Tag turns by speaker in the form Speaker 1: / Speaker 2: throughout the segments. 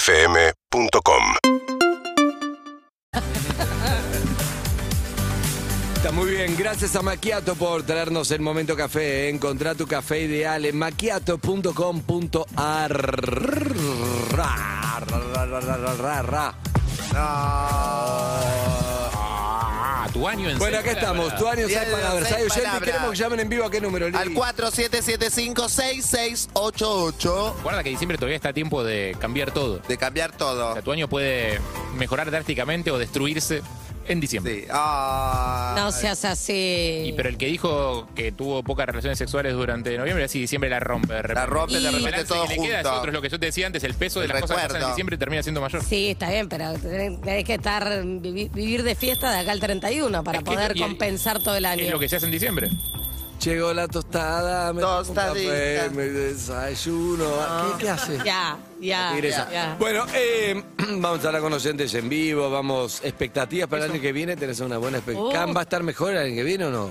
Speaker 1: UrbanaPlayFM.com
Speaker 2: Está muy bien, gracias a Maquiato por traernos el momento café. ¿eh? Encontrá tu café ideal en maquiato.com.ar. Ra, ra, ra, ra, ra, ra, ra.
Speaker 3: Ah, tu año en
Speaker 2: Bueno,
Speaker 3: seis
Speaker 2: acá estamos.
Speaker 3: palabras.
Speaker 2: Tu año
Speaker 4: Diez
Speaker 2: seis
Speaker 4: de las
Speaker 2: palabras.
Speaker 4: seis
Speaker 2: Hay oyentes,
Speaker 4: palabras.
Speaker 2: queremos que llamen en vivo a qué número. Lili?
Speaker 4: Al 47756688
Speaker 3: Guarda que diciembre todavía está a tiempo de cambiar todo. O
Speaker 4: de cambiar todo.
Speaker 3: sea, tu año puede mejorar drásticamente o destruirse en diciembre.
Speaker 4: Sí. Ah.
Speaker 5: No seas así.
Speaker 3: Y pero el que dijo que tuvo pocas relaciones sexuales durante noviembre, así diciembre la rompe. de repente.
Speaker 4: La rompe
Speaker 5: Y-
Speaker 4: de
Speaker 3: El
Speaker 4: repente
Speaker 3: balance
Speaker 4: todo
Speaker 3: que le queda es otro, es
Speaker 4: junto.
Speaker 3: lo que yo te decía antes, el peso de
Speaker 4: El
Speaker 3: las cosas que pasan
Speaker 4: recuerdo.
Speaker 3: en diciembre termina siendo mayor.
Speaker 5: Sí, está bien, pero tenés tenés que estar vivi- vivir de fiesta de acá al 31 para
Speaker 3: Es que-
Speaker 5: poder
Speaker 3: y-
Speaker 5: compensar todo el año.
Speaker 3: Es lo que se hace en diciembre.
Speaker 2: Llegó la tostada, me tomo un café,
Speaker 4: Tostadita.
Speaker 2: me desayuno. Ah, ¿Qué, qué hace?
Speaker 5: Ya,
Speaker 6: Ah,
Speaker 5: ya.
Speaker 2: Tigresa.
Speaker 5: ya.
Speaker 2: Bueno, eh, vamos a hablar con oyentes en vivo, vamos, expectativas para el año que viene, tenés una buena
Speaker 5: Oh.
Speaker 2: expectativa. ¿Va a estar mejor el año que viene o no?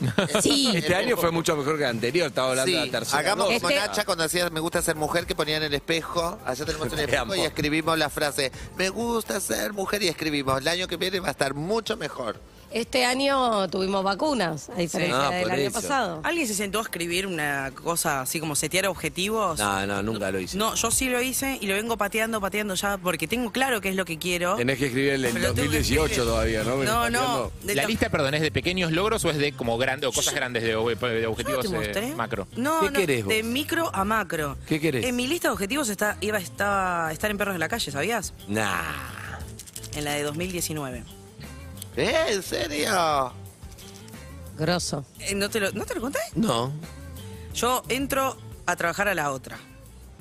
Speaker 5: Sí.
Speaker 2: Este año fue mucho mejor que el anterior, estaba hablando de
Speaker 4: Sí,
Speaker 2: la tercera.
Speaker 4: hagamos
Speaker 2: ¿no?
Speaker 5: Es
Speaker 4: como
Speaker 6: Este
Speaker 5: que-
Speaker 4: Nacha cuando hacías me gusta ser mujer que ponía en el espejo. Allá tenemos un
Speaker 2: Te amo.
Speaker 4: espejo y escribimos la frase me gusta ser mujer y escribimos el año que viene va a estar mucho mejor.
Speaker 5: Este año tuvimos vacunas, a diferencia
Speaker 2: Ah,
Speaker 5: del
Speaker 2: por
Speaker 5: año
Speaker 2: eso.
Speaker 5: pasado.
Speaker 6: ¿Alguien se sentó a escribir una cosa así como setear objetivos?
Speaker 2: No, no, nunca lo hice.
Speaker 6: No, yo sí lo hice y lo vengo pateando, pateando ya, porque tengo claro qué es lo que quiero.
Speaker 2: Tenés que escribir el, el
Speaker 6: Pero tengo que
Speaker 2: 2018
Speaker 6: escribir.
Speaker 2: todavía, ¿no? Venís
Speaker 6: No,
Speaker 2: este pateando.
Speaker 6: no. de
Speaker 3: la
Speaker 6: to-
Speaker 3: lista, perdón, ¿es de pequeños logros o es de como grandes o cosas grandes de, de
Speaker 6: ¿Yo no
Speaker 3: objetivos
Speaker 6: te
Speaker 3: eh,
Speaker 6: mostré?
Speaker 3: macro?
Speaker 6: No,
Speaker 2: ¿Qué
Speaker 6: no,
Speaker 2: querés vos?
Speaker 6: de micro a macro.
Speaker 2: ¿Qué querés?
Speaker 6: En mi lista de objetivos está, iba a estar, estar en Perros de la Calle, ¿sabías?
Speaker 2: Nah.
Speaker 6: En la de 2019.
Speaker 4: ¿Eh? ¿En serio?
Speaker 5: Grosso.
Speaker 6: Eh, ¿No te lo, ¿no te lo conté?
Speaker 2: No.
Speaker 6: Yo entro a trabajar a la otra,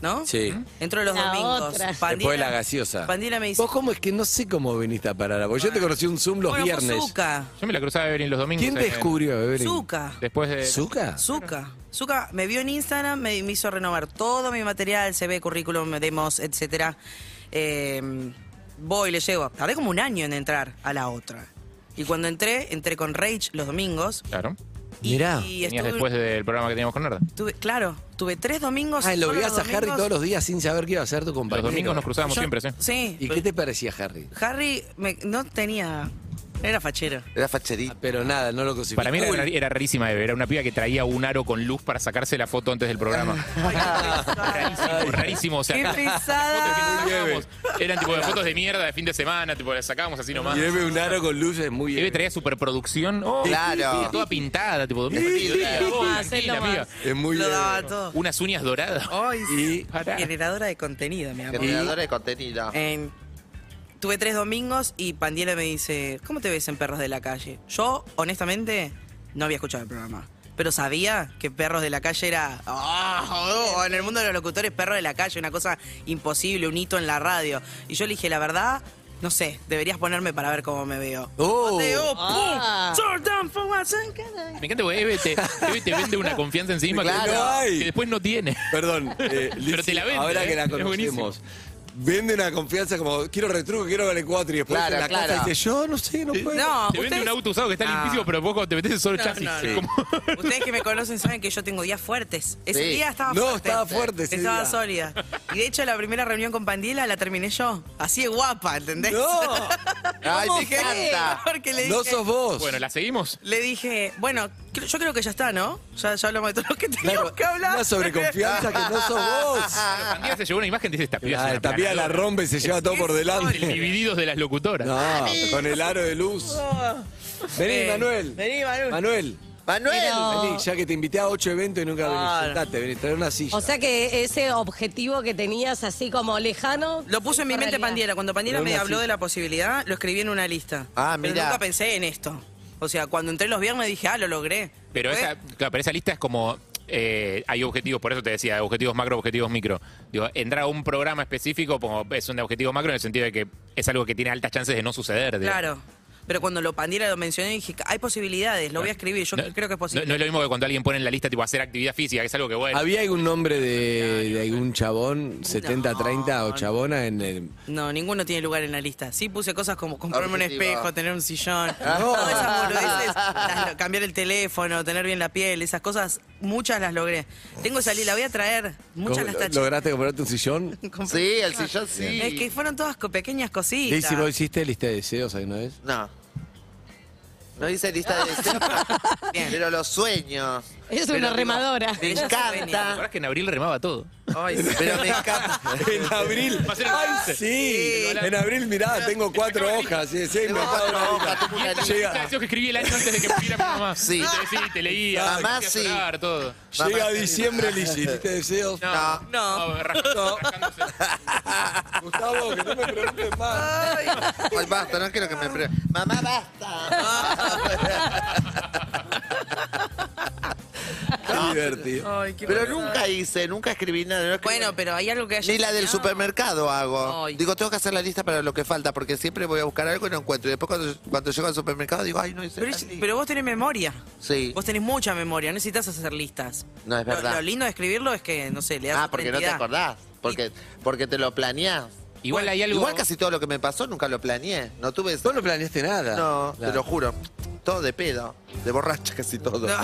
Speaker 6: ¿no?
Speaker 2: Sí.
Speaker 6: Entro los
Speaker 5: La
Speaker 6: domingos.
Speaker 5: otra.
Speaker 2: Después de la gaseosa.
Speaker 6: Pandila me dice...
Speaker 2: ¿Vos cómo es que no sé cómo viniste a parar? Porque yo te conocí un Zoom los
Speaker 6: bueno, fue
Speaker 2: viernes.
Speaker 6: Zucca.
Speaker 3: Yo me la cruzaba a Evelyn los domingos.
Speaker 2: ¿Quién
Speaker 3: en-
Speaker 2: descubrió, Evelyn?
Speaker 6: Zucca.
Speaker 3: Después de...
Speaker 2: ¿Zuka?
Speaker 6: Zuka. Zuka me vio en Instagram, me, me hizo renovar todo mi material, CV, currículum, demos, etcétera. Eh, voy, le llego. Tardé como un año en entrar a la otra. Y cuando entré, entré con Rage los domingos.
Speaker 3: Claro.
Speaker 6: Y,
Speaker 2: Mirá.
Speaker 6: y
Speaker 3: Venías
Speaker 6: estuve-
Speaker 3: después del programa que teníamos con Nerda.
Speaker 6: tuve- claro, tuve tres domingos.
Speaker 2: Ah, lo
Speaker 6: solo
Speaker 2: veías a
Speaker 6: los
Speaker 2: Harry
Speaker 6: domingos.
Speaker 2: todos los días sin saber qué iba a hacer tu
Speaker 3: Los
Speaker 2: compañero.
Speaker 3: domingos nos cruzábamos
Speaker 6: Yo-
Speaker 3: siempre, ¿sí?
Speaker 6: Sí.
Speaker 2: ¿Y qué te parecía Harry?
Speaker 6: Harry me- no tenía. Era fachero.
Speaker 4: Era
Speaker 2: Ah,
Speaker 4: facherita.
Speaker 2: Pero nada, no lo conseguí.
Speaker 3: Para mí era, era rarísima, Eve. Era una piba que traía un aro con luz para sacarse la foto antes del programa. rarísimo, rarísimo. O sea,
Speaker 6: Qué
Speaker 3: las fotos
Speaker 6: pesada.
Speaker 3: que nos sacábamos eran tipo de fotos de mierda de fin de semana, tipo las sacábamos así nomás.
Speaker 2: Lleve un aro con luces muy
Speaker 3: Eve traía superproducción. Oh,
Speaker 4: Claro.
Speaker 3: Toda pintada, tipo.
Speaker 5: lo
Speaker 3: oh,
Speaker 5: más, es lo
Speaker 3: tranquila,
Speaker 5: más.
Speaker 3: piba.
Speaker 2: Es muy
Speaker 6: Lo
Speaker 2: leve.
Speaker 6: daba todo.
Speaker 3: Unas uñas doradas.
Speaker 6: Ay,
Speaker 2: Y
Speaker 3: Pará.
Speaker 6: Generadora Oh, de contenido, mi amor.
Speaker 4: Generadora de contenido.
Speaker 6: Eh, tuve tres domingos y Pandiela me dice, ¿cómo te ves en Perros de la Calle? Yo, honestamente, no había escuchado el programa. Pero sabía que Perros de la Calle era... ¡Ah! oh, en el mundo de los locutores, Perros de la Calle, una cosa imposible, un hito en la radio. Y yo le dije, la verdad, no sé, deberías ponerme para ver cómo me veo.
Speaker 2: Oh.
Speaker 6: Te veo,
Speaker 5: Ah.
Speaker 6: ¡pum! Sword down for what's in color.
Speaker 3: Me encanta porque Eve te, Eve te vende una confianza en sí misma que-
Speaker 4: Claro.
Speaker 2: No hay.
Speaker 3: que después no tiene.
Speaker 2: Perdón, eh, Lizzy,
Speaker 3: Pero te la vende,
Speaker 2: ahora que la
Speaker 3: ¿eh? Es
Speaker 2: conocemos. Vende una confianza como, quiero retruco, quiero vale cuatro y después
Speaker 4: Claro,
Speaker 2: en la casa
Speaker 4: claro.
Speaker 2: dice, yo no sé, no puedo.
Speaker 6: No,
Speaker 3: Te vende
Speaker 6: ustedes-
Speaker 3: un auto usado que está
Speaker 6: Ah.
Speaker 3: limpísimo, pero vos cuando te metes en solo
Speaker 6: No,
Speaker 3: chasis.
Speaker 6: no,
Speaker 3: es
Speaker 6: no.
Speaker 3: como-
Speaker 6: Ustedes que me conocen saben que yo tengo días fuertes. Ese
Speaker 4: Sí.
Speaker 6: día estaba
Speaker 2: No,
Speaker 6: fuerte.
Speaker 2: estaba fuerte ese
Speaker 6: Estaba
Speaker 2: día.
Speaker 6: sólida. Y de hecho la primera reunión con Pandiela la terminé yo. Así de guapa, ¿entendés?
Speaker 2: No,
Speaker 4: Ay, me
Speaker 6: Dije,
Speaker 4: encanta.
Speaker 6: Porque le dije,
Speaker 2: no sos vos.
Speaker 3: Bueno, ¿la seguimos?
Speaker 6: le dije, bueno, cre- yo creo que ya está, ¿no? Ya, ya hablamos de todo lo que teníamos
Speaker 2: Claro,
Speaker 6: que hablar.
Speaker 2: una sobreconfianza que no sos vos.
Speaker 3: Pandilla se llevó una imagen dice esta piba. es
Speaker 2: La
Speaker 3: una
Speaker 2: tapía la
Speaker 3: planadora".
Speaker 2: rompe y se lleva todo por delante.
Speaker 3: Divididos de las locutoras.
Speaker 2: No, con el aro de luz. Vení,
Speaker 6: Eh,
Speaker 2: Manuel.
Speaker 6: vení, Manuel.
Speaker 2: Manuel,
Speaker 4: Manuel.
Speaker 5: Pero-
Speaker 2: vení, ya que te invité a ocho eventos y nunca
Speaker 6: Claro.
Speaker 2: viniste. Sentate, vení, trae una silla.
Speaker 5: O sea que ese objetivo que tenías así como lejano.
Speaker 6: Lo puso en mi
Speaker 5: fue
Speaker 6: mente
Speaker 5: realidad.
Speaker 6: Pandiela. Cuando Pandiela
Speaker 2: Pero
Speaker 6: me
Speaker 2: aún así-
Speaker 6: habló de la posibilidad, lo escribí en una lista.
Speaker 4: Ah,
Speaker 6: Pero
Speaker 4: mirá.
Speaker 6: nunca pensé en esto. O sea, cuando entré los viernes dije, ah, lo logré.
Speaker 3: Pero
Speaker 6: Fue-
Speaker 3: esa, claro, pero esa lista es como. eh, hay objetivos, por eso te decía, objetivos macro, objetivos micro. Digo, entrar a un programa específico como es un objetivo macro en el sentido de que es algo que tiene altas chances de no suceder. digo.
Speaker 6: Claro. Pero cuando lo pandiera lo mencioné y dije, hay posibilidades, lo voy a escribir, yo creo que es posible.
Speaker 3: No, no es lo mismo que cuando alguien pone en la lista tipo hacer actividad física, que es algo que bueno.
Speaker 2: ¿Había algún nombre de, de algún chabón, 70, 30 o chabona en el...
Speaker 6: No, ninguno tiene lugar en la lista. Sí puse cosas como comprarme un
Speaker 4: Objetivo.
Speaker 6: espejo, tener un sillón,
Speaker 4: Ah,
Speaker 6: todas esas boludeces, las- cambiar el teléfono, tener bien la piel, esas cosas, muchas las logré. Tengo esa lista, la voy a traer, muchas las taché.
Speaker 2: ¿Lograste comprarte un sillón?
Speaker 4: Sí, el sillón sí.
Speaker 6: Es que fueron todas co- pequeñas cositas.
Speaker 2: Daisy, ¿vos hiciste lista de deseos alguna vez?
Speaker 4: No. No hice lista de deseos,
Speaker 6: Bien.
Speaker 4: pero los sueños.
Speaker 5: Ella es
Speaker 4: Pero
Speaker 5: una
Speaker 4: digo,
Speaker 5: remadora.
Speaker 4: Me
Speaker 6: Ella
Speaker 3: La
Speaker 4: encanta.
Speaker 3: verdad es que en abril remaba todo.
Speaker 6: Ay, sí.
Speaker 4: Pero me encanta.
Speaker 2: En abril.
Speaker 3: Va a ser el
Speaker 2: ¡Ay,
Speaker 3: 15.
Speaker 2: sí!
Speaker 3: Sí.
Speaker 2: En abril, mirá, tengo cuatro hojas. Sí, sí,
Speaker 4: Tengo
Speaker 2: me
Speaker 4: cuatro
Speaker 2: acabo de
Speaker 4: hojas,
Speaker 2: abrir.
Speaker 4: tengo una lista.
Speaker 2: Llega-
Speaker 3: Esa que escribí el año antes de que muriera mi mamá.
Speaker 4: Ah. Sí.
Speaker 3: Te, sí, te leía.
Speaker 4: Mamá,
Speaker 3: te hacía
Speaker 4: sí.
Speaker 3: llorar, todo.
Speaker 2: Llega diciembre, le hiciste deseos.
Speaker 4: No.
Speaker 6: No.
Speaker 3: rascándose,
Speaker 2: No.
Speaker 3: rascándose.
Speaker 2: Gustavo, que no me preguntes más.
Speaker 6: Ay.
Speaker 4: Ay, basta, no quiero que me pre... Mamá, basta.
Speaker 2: Qué divertido.
Speaker 6: Ay, qué
Speaker 4: Pero
Speaker 6: pesada.
Speaker 4: nunca hice, nunca escribí nada. no escribí-
Speaker 6: Bueno, pero hay algo que haya.
Speaker 4: Ni la del
Speaker 6: enseñado.
Speaker 4: supermercado hago.
Speaker 6: Ay.
Speaker 4: Digo, tengo que hacer la lista para lo que falta, porque siempre voy a buscar algo y no encuentro. Y después cuando, cuando llego al supermercado digo, ay, no hice
Speaker 6: Pero,
Speaker 4: la lista.
Speaker 6: pero vos tenés memoria.
Speaker 4: Sí.
Speaker 6: Vos tenés mucha memoria, no necesitas hacer listas.
Speaker 4: No, es
Speaker 6: Lo-
Speaker 4: verdad.
Speaker 6: Lo, lindo de escribirlo es que, no sé, le das
Speaker 4: Ah, porque no te
Speaker 6: identidad.
Speaker 4: acordás. Porque, porque te lo planeás.
Speaker 3: Igual hay algo.
Speaker 4: Igual casi todo lo que me pasó nunca lo planeé. No tuve...
Speaker 2: Vos no planeaste nada.
Speaker 4: No,
Speaker 2: Claro.
Speaker 4: te lo juro. Todo de pedo. De borracha casi todo.
Speaker 6: No.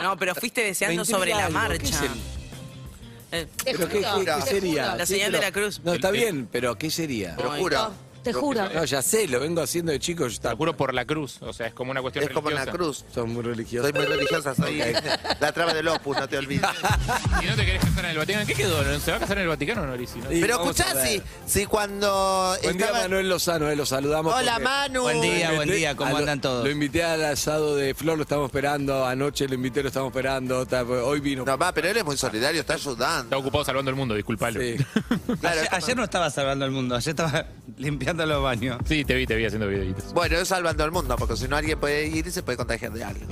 Speaker 6: No, pero fuiste
Speaker 2: Me
Speaker 6: deseando
Speaker 2: intriga
Speaker 6: sobre la
Speaker 2: algo, ¿qué
Speaker 6: marcha.
Speaker 2: es el-
Speaker 6: Eh,
Speaker 2: ¿Pero qué,
Speaker 5: juro,
Speaker 2: qué- qué
Speaker 5: te
Speaker 2: sería?
Speaker 6: La
Speaker 2: Sí,
Speaker 6: señal
Speaker 2: pero-
Speaker 6: de la cruz.
Speaker 2: No, está
Speaker 3: El-
Speaker 2: bien, pero ¿qué sería?
Speaker 4: Te lo
Speaker 6: Ay,
Speaker 4: juro.
Speaker 5: juro. Te juro.
Speaker 2: No, ya sé, lo vengo haciendo de chico. Yo
Speaker 3: Te
Speaker 2: estaba-
Speaker 3: lo juro por la cruz. O sea, es como una cuestión
Speaker 4: Es como
Speaker 3: religiosa.
Speaker 4: una cruz.
Speaker 2: Son muy religiosos.
Speaker 4: Soy muy religiosa, soy la traba del opus, no te olvides.
Speaker 3: Si no te querés casar en el Vaticano, ¿en ¿qué quedó? ¿No ¿Se va a casar en el Vaticano, no, Lisi? No.
Speaker 2: Sí.
Speaker 4: Pero
Speaker 2: vamos a
Speaker 4: escuchá,
Speaker 2: ver.
Speaker 4: si, si cuando
Speaker 2: Buen día,
Speaker 4: estaba-
Speaker 2: Manuel Lozano, eh, lo saludamos.
Speaker 4: Hola,
Speaker 2: porque-
Speaker 4: Manu.
Speaker 7: Buen día,
Speaker 2: Lo
Speaker 7: buen
Speaker 2: invité-
Speaker 7: día,
Speaker 2: a
Speaker 7: ¿cómo
Speaker 2: lo-
Speaker 7: andan todos?
Speaker 2: Lo invité al asado de Flor, lo estamos esperando. Anoche lo invité, lo estamos esperando. ta- Hoy vino.
Speaker 4: No, va, pero él es muy solidario, está
Speaker 3: Está
Speaker 4: ayudando.
Speaker 3: ocupado salvando el mundo, disculpalo.
Speaker 2: Sí.
Speaker 3: Sí.
Speaker 4: Claro,
Speaker 7: ayer,
Speaker 4: está-
Speaker 7: ayer no estaba salvando al mundo, ayer estaba limpiando los baños.
Speaker 3: te vi, te vi haciendo videitos.
Speaker 4: Bueno, es salvando al mundo, porque si no alguien puede ir y se puede contagiar de alguien.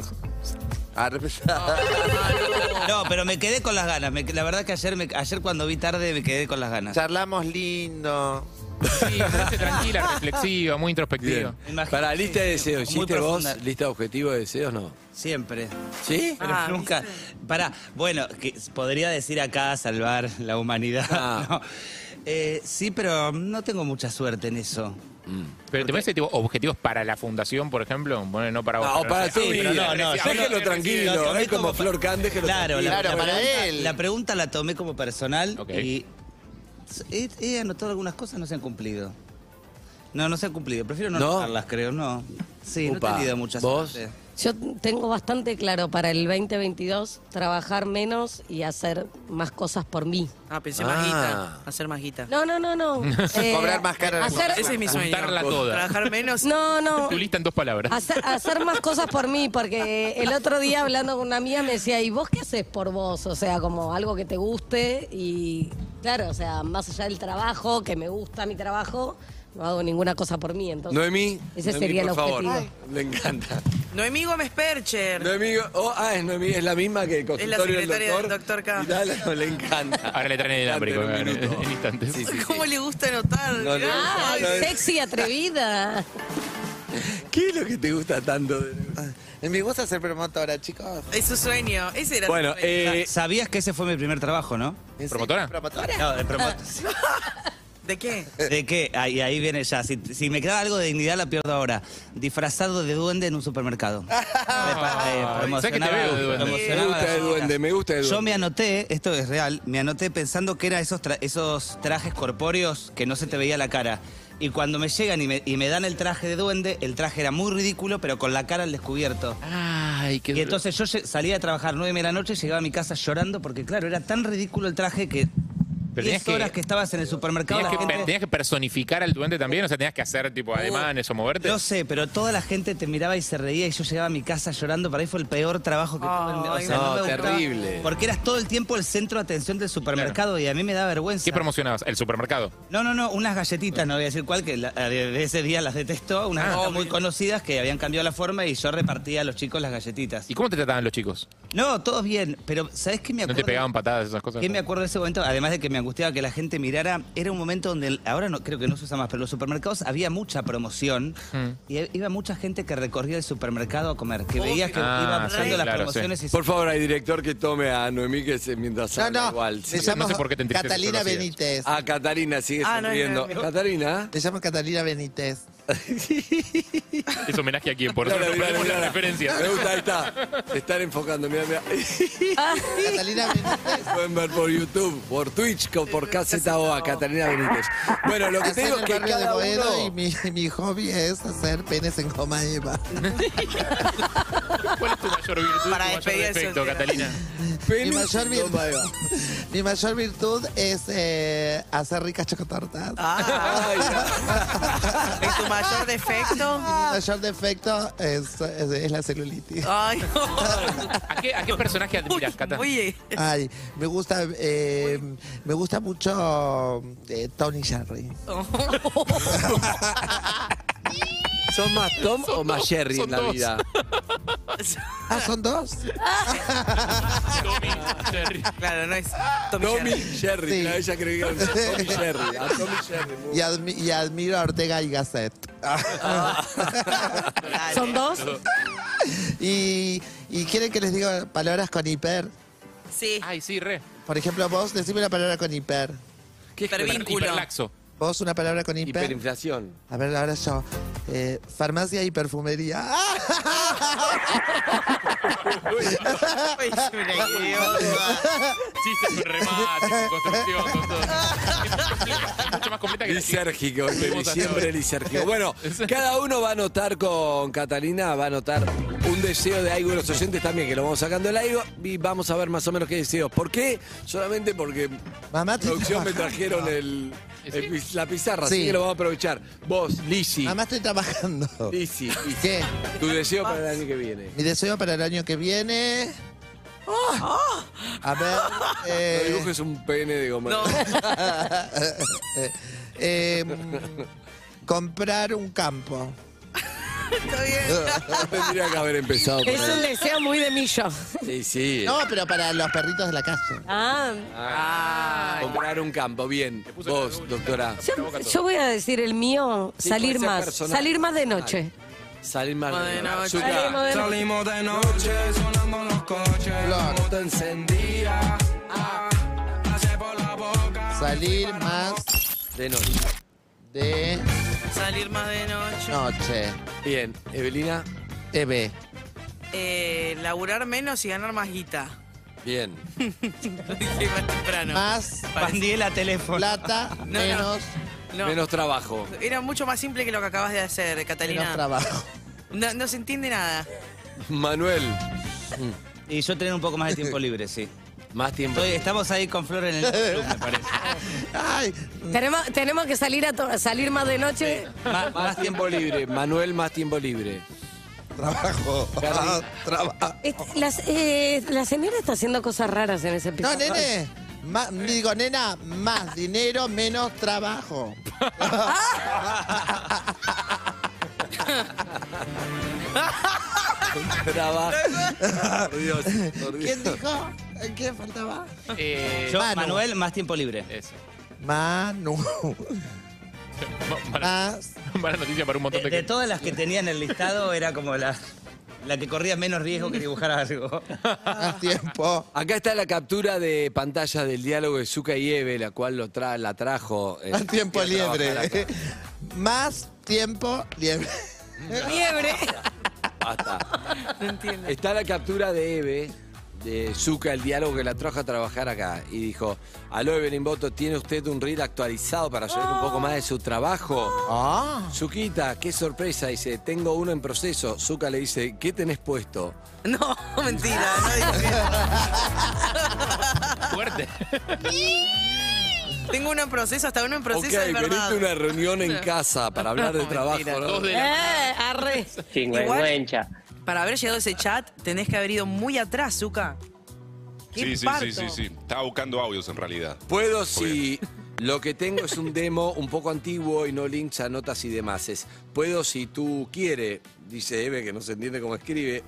Speaker 4: Ah, Arre-
Speaker 7: No, pero me quedé con las ganas. me- la verdad que ayer, me- ayer cuando vi tarde me quedé con las ganas.
Speaker 4: Charlamos lindo.
Speaker 3: Sí, parece tranquila, reflexiva, muy introspectiva.
Speaker 2: Bien.
Speaker 7: Me imagino,
Speaker 2: Para lista de
Speaker 7: sí,
Speaker 2: deseos,
Speaker 7: muy
Speaker 2: ¿hiciste vos
Speaker 7: profunda.
Speaker 2: lista de objetivos de deseos? No.
Speaker 7: Siempre.
Speaker 2: ¿Sí?
Speaker 7: Pero
Speaker 6: Ah,
Speaker 7: nunca. Pará, bueno, que podría decir acá salvar la humanidad.
Speaker 2: Ah.
Speaker 7: no. Eh, sí, pero no tengo mucha suerte en eso.
Speaker 3: Pero te parece tipo objetivos para la fundación, por ejemplo, bueno, no para vos.
Speaker 2: No,
Speaker 3: pero
Speaker 2: para
Speaker 3: sé.
Speaker 2: tu
Speaker 7: sí, pero
Speaker 2: vida.
Speaker 7: no, no, yo
Speaker 2: Déjelo
Speaker 3: no-
Speaker 2: tranquilo.
Speaker 7: Lo tomé
Speaker 2: es como
Speaker 7: como pa-
Speaker 2: Flor Kahn, déjelo
Speaker 7: Claro,
Speaker 2: tranquilo.
Speaker 7: la,
Speaker 4: Claro,
Speaker 7: la
Speaker 4: para
Speaker 7: pregunta,
Speaker 4: él.
Speaker 7: la pregunta la tomé como personal
Speaker 3: Ok.
Speaker 7: y he, he anotado algunas cosas, no se han cumplido. No, no se han cumplido. Prefiero no,
Speaker 2: ¿No?
Speaker 7: anotarlas, creo, no. Sí, no
Speaker 2: Upa.
Speaker 7: he tenido muchas
Speaker 2: ¿Vos?
Speaker 5: Yo tengo bastante claro para el 2022 trabajar menos y hacer más cosas por mí.
Speaker 6: Ah, pensé más
Speaker 2: Ah.
Speaker 6: guita. Hacer más guita.
Speaker 5: No, no, no, no. Eh,
Speaker 4: Cobrar más cara la
Speaker 5: hacer-
Speaker 6: Ese es mi sueño.
Speaker 3: Juntarla toda.
Speaker 6: Trabajar menos.
Speaker 5: No, no.
Speaker 3: Tu lista en dos palabras.
Speaker 5: Hacer, hacer más cosas por mí, porque el otro día hablando con una amiga me decía, ¿y vos qué haces por vos? O sea, como algo que te guste y claro, o sea, más allá del trabajo, que me gusta mi trabajo, no hago ninguna cosa por mí. Entonces,
Speaker 2: Noemí.
Speaker 5: Ese
Speaker 2: Noemí,
Speaker 5: sería el
Speaker 2: por favor.
Speaker 5: objetivo.
Speaker 2: Le encanta.
Speaker 6: Noemí Gómez Percher.
Speaker 2: Noemí, oh, ah, es Noemí, es la misma que el consultorio
Speaker 6: secretaria
Speaker 2: del
Speaker 6: del doctor
Speaker 2: doctor.
Speaker 6: K.
Speaker 2: Mirá, no, le encanta.
Speaker 3: Ahora le traen el inalámbrico
Speaker 2: En un
Speaker 3: en,
Speaker 2: minuto.
Speaker 3: en instantes.
Speaker 2: Sí, sí, sí.
Speaker 6: ¿Cómo le gusta anotar?
Speaker 2: No, no.
Speaker 5: Ay,
Speaker 6: Ay,
Speaker 2: no, es-
Speaker 5: sexy, atrevida.
Speaker 2: ¿Qué es lo que te gusta tanto? de-
Speaker 4: Me gusta ser promotora, chicos.
Speaker 6: Es su sueño. Ese era
Speaker 2: Bueno,
Speaker 6: su sueño.
Speaker 2: eh,
Speaker 7: Sabías que ese fue mi primer trabajo, ¿no?
Speaker 4: ¿En serio?
Speaker 3: ¿Promotora?
Speaker 4: ¿Promotora?
Speaker 7: No, de promotor.
Speaker 6: ¿De qué?
Speaker 2: Eh.
Speaker 7: ¿De qué? Ahí, ahí viene ya. Si, si me queda algo de dignidad, la pierdo ahora. Disfrazado de duende en un supermercado. eh,
Speaker 3: Ay, ¿sabes que te veo de duende?
Speaker 2: Me gusta de duende, me gusta de
Speaker 7: Yo
Speaker 2: duende.
Speaker 7: me anoté, esto es real, me anoté pensando que eran esos, tra- esos trajes corpóreos que no se te veía la cara. Y cuando me llegan y me, y me dan el traje de duende, el traje era muy ridículo, pero con la cara al descubierto.
Speaker 3: Ay, qué
Speaker 7: Y entonces yo lle- salía a trabajar 9 de la noche, llegaba a mi casa llorando porque, claro, era tan ridículo el traje que
Speaker 3: Pero
Speaker 7: 10
Speaker 3: tenías que-
Speaker 7: horas que estabas en el supermercado
Speaker 3: ¿Tenías
Speaker 7: la
Speaker 3: que,
Speaker 7: gente-
Speaker 3: tenías que personificar al duende también? O sea, tenías que hacer tipo ademanes o moverte.
Speaker 7: No sé, pero toda la gente te miraba y se reía y yo llegaba a mi casa llorando. Para mí fue el peor trabajo que tuve. en- O sea,
Speaker 2: no,
Speaker 7: no, me gustaba,
Speaker 2: terrible.
Speaker 7: Porque eras todo el tiempo el centro de atención del supermercado y a mí me da vergüenza.
Speaker 3: ¿Qué promocionabas? El supermercado.
Speaker 7: No, no, no, unas galletitas, no voy a decir cuál, que la- de de ese día las detesto,
Speaker 3: Ah,
Speaker 7: unas galletas muy conocidas que habían cambiado la forma y yo repartía a los chicos las galletitas.
Speaker 3: ¿Y cómo te trataban los chicos?
Speaker 7: No, todos bien, pero ¿sabés qué me
Speaker 3: ¿No
Speaker 7: acuerdo?
Speaker 3: te pegaban patadas esas cosas?
Speaker 7: ¿Qué me acuerdo de ese momento? Además de que me angustiaba que la gente mirara. Era un momento donde, el- ahora no, creo que no se usa más, pero en los supermercados había mucha promoción
Speaker 3: Hmm.
Speaker 7: y e- iba mucha gente que recorría el supermercado a comer, que veías que
Speaker 3: Ah,
Speaker 7: iba
Speaker 3: sí,
Speaker 7: pasando las
Speaker 3: claro,
Speaker 7: promociones y
Speaker 2: Por favor, hay director que tome a Noemí que se mientras
Speaker 4: No,
Speaker 2: habla
Speaker 4: no.
Speaker 2: igual.
Speaker 4: Me
Speaker 2: sí.
Speaker 4: llamo
Speaker 3: No sé por qué te entristeces,
Speaker 4: Catalina
Speaker 3: pero lo hacías.
Speaker 4: Benítez.
Speaker 2: Ah, Catarina, sigue
Speaker 6: Ah, no,
Speaker 2: sonriendo.
Speaker 6: no, no.
Speaker 2: Catarina.
Speaker 4: Me llamo Catalina Benítez.
Speaker 3: Es homenaje a quien, por
Speaker 2: Mira,
Speaker 3: eso no
Speaker 2: mira,
Speaker 3: ponemos
Speaker 2: mira.
Speaker 3: las referencias.
Speaker 2: Me gusta, ahí está. Se están enfocando, mira, mira.
Speaker 4: Catalina Benítez.
Speaker 2: Pueden ver por YouTube, por Twitch, co- por KZOA, Catalina Benítez. Bueno, lo que
Speaker 4: Nací
Speaker 2: te
Speaker 4: en
Speaker 2: digo es
Speaker 4: el
Speaker 2: que
Speaker 4: barrio de
Speaker 2: cada
Speaker 4: Boedo
Speaker 2: uno...
Speaker 4: y mi, mi hobby es hacer penes en coma Eva.
Speaker 3: ¿Cuál es tu mayor virtud,
Speaker 6: Para
Speaker 3: tu mayor
Speaker 6: despedir el
Speaker 3: defecto,
Speaker 6: soltero.
Speaker 3: Catalina?
Speaker 4: Mi mayor
Speaker 2: No, vaya.
Speaker 4: virtud, mi mayor virtud es eh, hacer ricas chocotortas.
Speaker 6: Ah,
Speaker 2: Ay,
Speaker 6: es tu mayor defecto.
Speaker 4: Mi mayor defecto es, es- es la celulitis.
Speaker 6: Ay,
Speaker 3: ¿A qué, a qué personaje admiras, Cata?
Speaker 6: Oye,
Speaker 4: Ay, me gusta, eh, me gusta mucho eh, Tony Sherry.
Speaker 6: eh.
Speaker 2: ¿Son más Tom o más Jerry
Speaker 3: son
Speaker 2: en la
Speaker 3: dos.
Speaker 2: vida?
Speaker 4: Ah, son dos.
Speaker 3: Tommy, Jerry.
Speaker 6: claro, no es Tommy
Speaker 2: Tommy
Speaker 6: Jerry.
Speaker 2: Jerry,
Speaker 4: Sí.
Speaker 2: claro, ella creía que era Tommy Jerry. A Tommy Jerry. muy
Speaker 4: Y, admi- y admiro a Ortega y Gasset.
Speaker 6: Dale.
Speaker 5: ¿Son dos?
Speaker 4: Y, y quieren que les diga palabras con hiper.
Speaker 6: Sí,
Speaker 3: Ay, sí, re.
Speaker 4: Por ejemplo, vos, decime una palabra con hiper.
Speaker 2: ¿Qué es
Speaker 6: hipervínculo.
Speaker 3: Hiperlaxo.
Speaker 4: Vos, una palabra con hiper.
Speaker 2: Hiperinflación.
Speaker 4: A ver, ahora yo. Eh, farmacia y perfumería.
Speaker 6: Ay, es una idiota.
Speaker 3: Chistes con remate, con construcción, con todo. Es mucho más completa que la que-
Speaker 2: Lisérgico,
Speaker 3: que vimos hasta ahora.
Speaker 2: siempre lisérgico. Bueno, cada uno va a anotar con Catalina, va a anotar un deseo de algo de los oyentes también, que lo vamos sacando el aire y vamos a ver más o menos qué deseos. ¿Por qué? Solamente porque
Speaker 4: Mamá, estoy
Speaker 2: producción me
Speaker 4: trabajando.
Speaker 2: trajeron el, el piz- la pizarra, así
Speaker 4: Sí.
Speaker 2: que lo vamos a aprovechar. Vos, Lisi,
Speaker 4: Mamá, estoy trabajando.
Speaker 2: Lisi,
Speaker 4: ¿Qué?
Speaker 2: tu deseo para el año que viene.
Speaker 4: Mi deseo para el año que viene. ¡Ah! A ver.
Speaker 2: No
Speaker 4: eh,
Speaker 2: dibujes un pene de goma.
Speaker 6: No,
Speaker 4: eh, mm, comprar un campo.
Speaker 6: está bien.
Speaker 2: Tendría que haber empezado por
Speaker 5: Es un
Speaker 2: ahí.
Speaker 5: deseo muy de millo.
Speaker 2: Sí, sí.
Speaker 4: No, pero para los perritos de la calle.
Speaker 5: Ah,
Speaker 2: Ah, comprar un campo, bien. Vos, doctora.
Speaker 5: yo, yo voy a decir el mío,
Speaker 2: Sí,
Speaker 5: salir
Speaker 2: puede ser
Speaker 5: más.
Speaker 2: personal.
Speaker 5: Salir más de noche.
Speaker 2: Salir más
Speaker 6: Bueno,
Speaker 2: de
Speaker 6: no,
Speaker 2: Azúcar.
Speaker 5: Salimos de noche.
Speaker 8: Salimos de noche, sonando los coches, la moto encendida. ah, Hace por la boca.
Speaker 4: Salir más
Speaker 2: De noche.
Speaker 4: de
Speaker 6: Salir más de noche.
Speaker 4: noche.
Speaker 2: Bien, Evelina.
Speaker 4: TV.
Speaker 6: Eh, laburar menos y ganar más guita.
Speaker 2: Bien.
Speaker 6: Lo dije más temprano.
Speaker 4: Más
Speaker 7: Pandiela teléfono.
Speaker 4: plata,
Speaker 6: no.
Speaker 4: menos,
Speaker 6: No,
Speaker 2: Menos trabajo.
Speaker 6: Era mucho más simple que lo que acabas de hacer,
Speaker 4: menos
Speaker 6: Catalina.
Speaker 4: trabajo.
Speaker 6: No, no se entiende nada.
Speaker 2: Manuel.
Speaker 7: Y yo tener un poco más de tiempo libre, sí.
Speaker 2: Más tiempo.
Speaker 7: Estoy- estamos ahí con Flor en el club, me parece.
Speaker 4: Ay,
Speaker 5: Tenemos, tenemos que salir a to- salir más de noche.
Speaker 7: Más,
Speaker 2: Más
Speaker 7: más tiempo.
Speaker 2: tiempo libre. Manuel, más tiempo libre.
Speaker 4: trabajo.
Speaker 2: Carly.
Speaker 4: trabajo.
Speaker 5: Eh, las, eh, la señora está haciendo cosas raras en ese
Speaker 4: No,
Speaker 5: episodio.
Speaker 4: nene. ma- digo, nena, más dinero, menos trabajo.
Speaker 2: Trabajo. Por Dios. Por Dios.
Speaker 4: ¿Quién dijo? ¿Qué faltaba?
Speaker 3: Eh,
Speaker 7: Yo,
Speaker 4: Manu.
Speaker 7: Manuel, más tiempo libre.
Speaker 3: Eso.
Speaker 4: Manu.
Speaker 3: Ma- Mala,
Speaker 4: Más.
Speaker 9: Ah.
Speaker 3: mala noticia para un montón
Speaker 7: De,
Speaker 3: de,
Speaker 7: de
Speaker 3: gente.
Speaker 7: todas las que tenía en el listado, era como la, la que corría menos riesgo que dibujara algo.
Speaker 4: Más tiempo.
Speaker 2: Acá está la captura de pantalla del diálogo de Zuka y Eve, la cual lo tra- la trajo. eh,
Speaker 4: Más tiempo
Speaker 2: aquí a trabajar
Speaker 4: libre.
Speaker 2: acá.
Speaker 4: Más tiempo libre.
Speaker 5: Liebre.
Speaker 2: Basta.
Speaker 6: No entiendo.
Speaker 2: Está la captura de Eve, de Zuka, el diálogo que la trajo a trabajar acá. Y dijo, aló Evelyn Boto, ¿tiene usted un reel actualizado para saber un poco más de su trabajo?
Speaker 4: Ah.
Speaker 2: Zuquita, qué sorpresa, dice, tengo uno en proceso. Zuka le dice, ¿qué tenés puesto?
Speaker 6: No, mentira. No dije eso.
Speaker 3: Fuerte.
Speaker 6: Tengo uno en proceso, hasta uno en proceso
Speaker 2: ok,
Speaker 6: de
Speaker 2: venite
Speaker 6: verdad.
Speaker 2: a una reunión en casa para hablar de trabajo.
Speaker 6: mentira.
Speaker 2: ¿no?
Speaker 3: Dos de
Speaker 5: Eh,
Speaker 3: la-
Speaker 5: arre.
Speaker 9: Chingüengüencha.
Speaker 6: Para haber llegado a ese chat, tenés que haber ido muy atrás, Zuka. ¡Qué
Speaker 10: Sí, sí,
Speaker 6: parto!
Speaker 10: sí, sí, sí. Estaba buscando audios en realidad.
Speaker 2: Puedo si Lo que tengo es un demo un poco antiguo y no links a notas y demás. Es, puedo, si tú quieres, dice Eve, que no se entiende cómo escribe,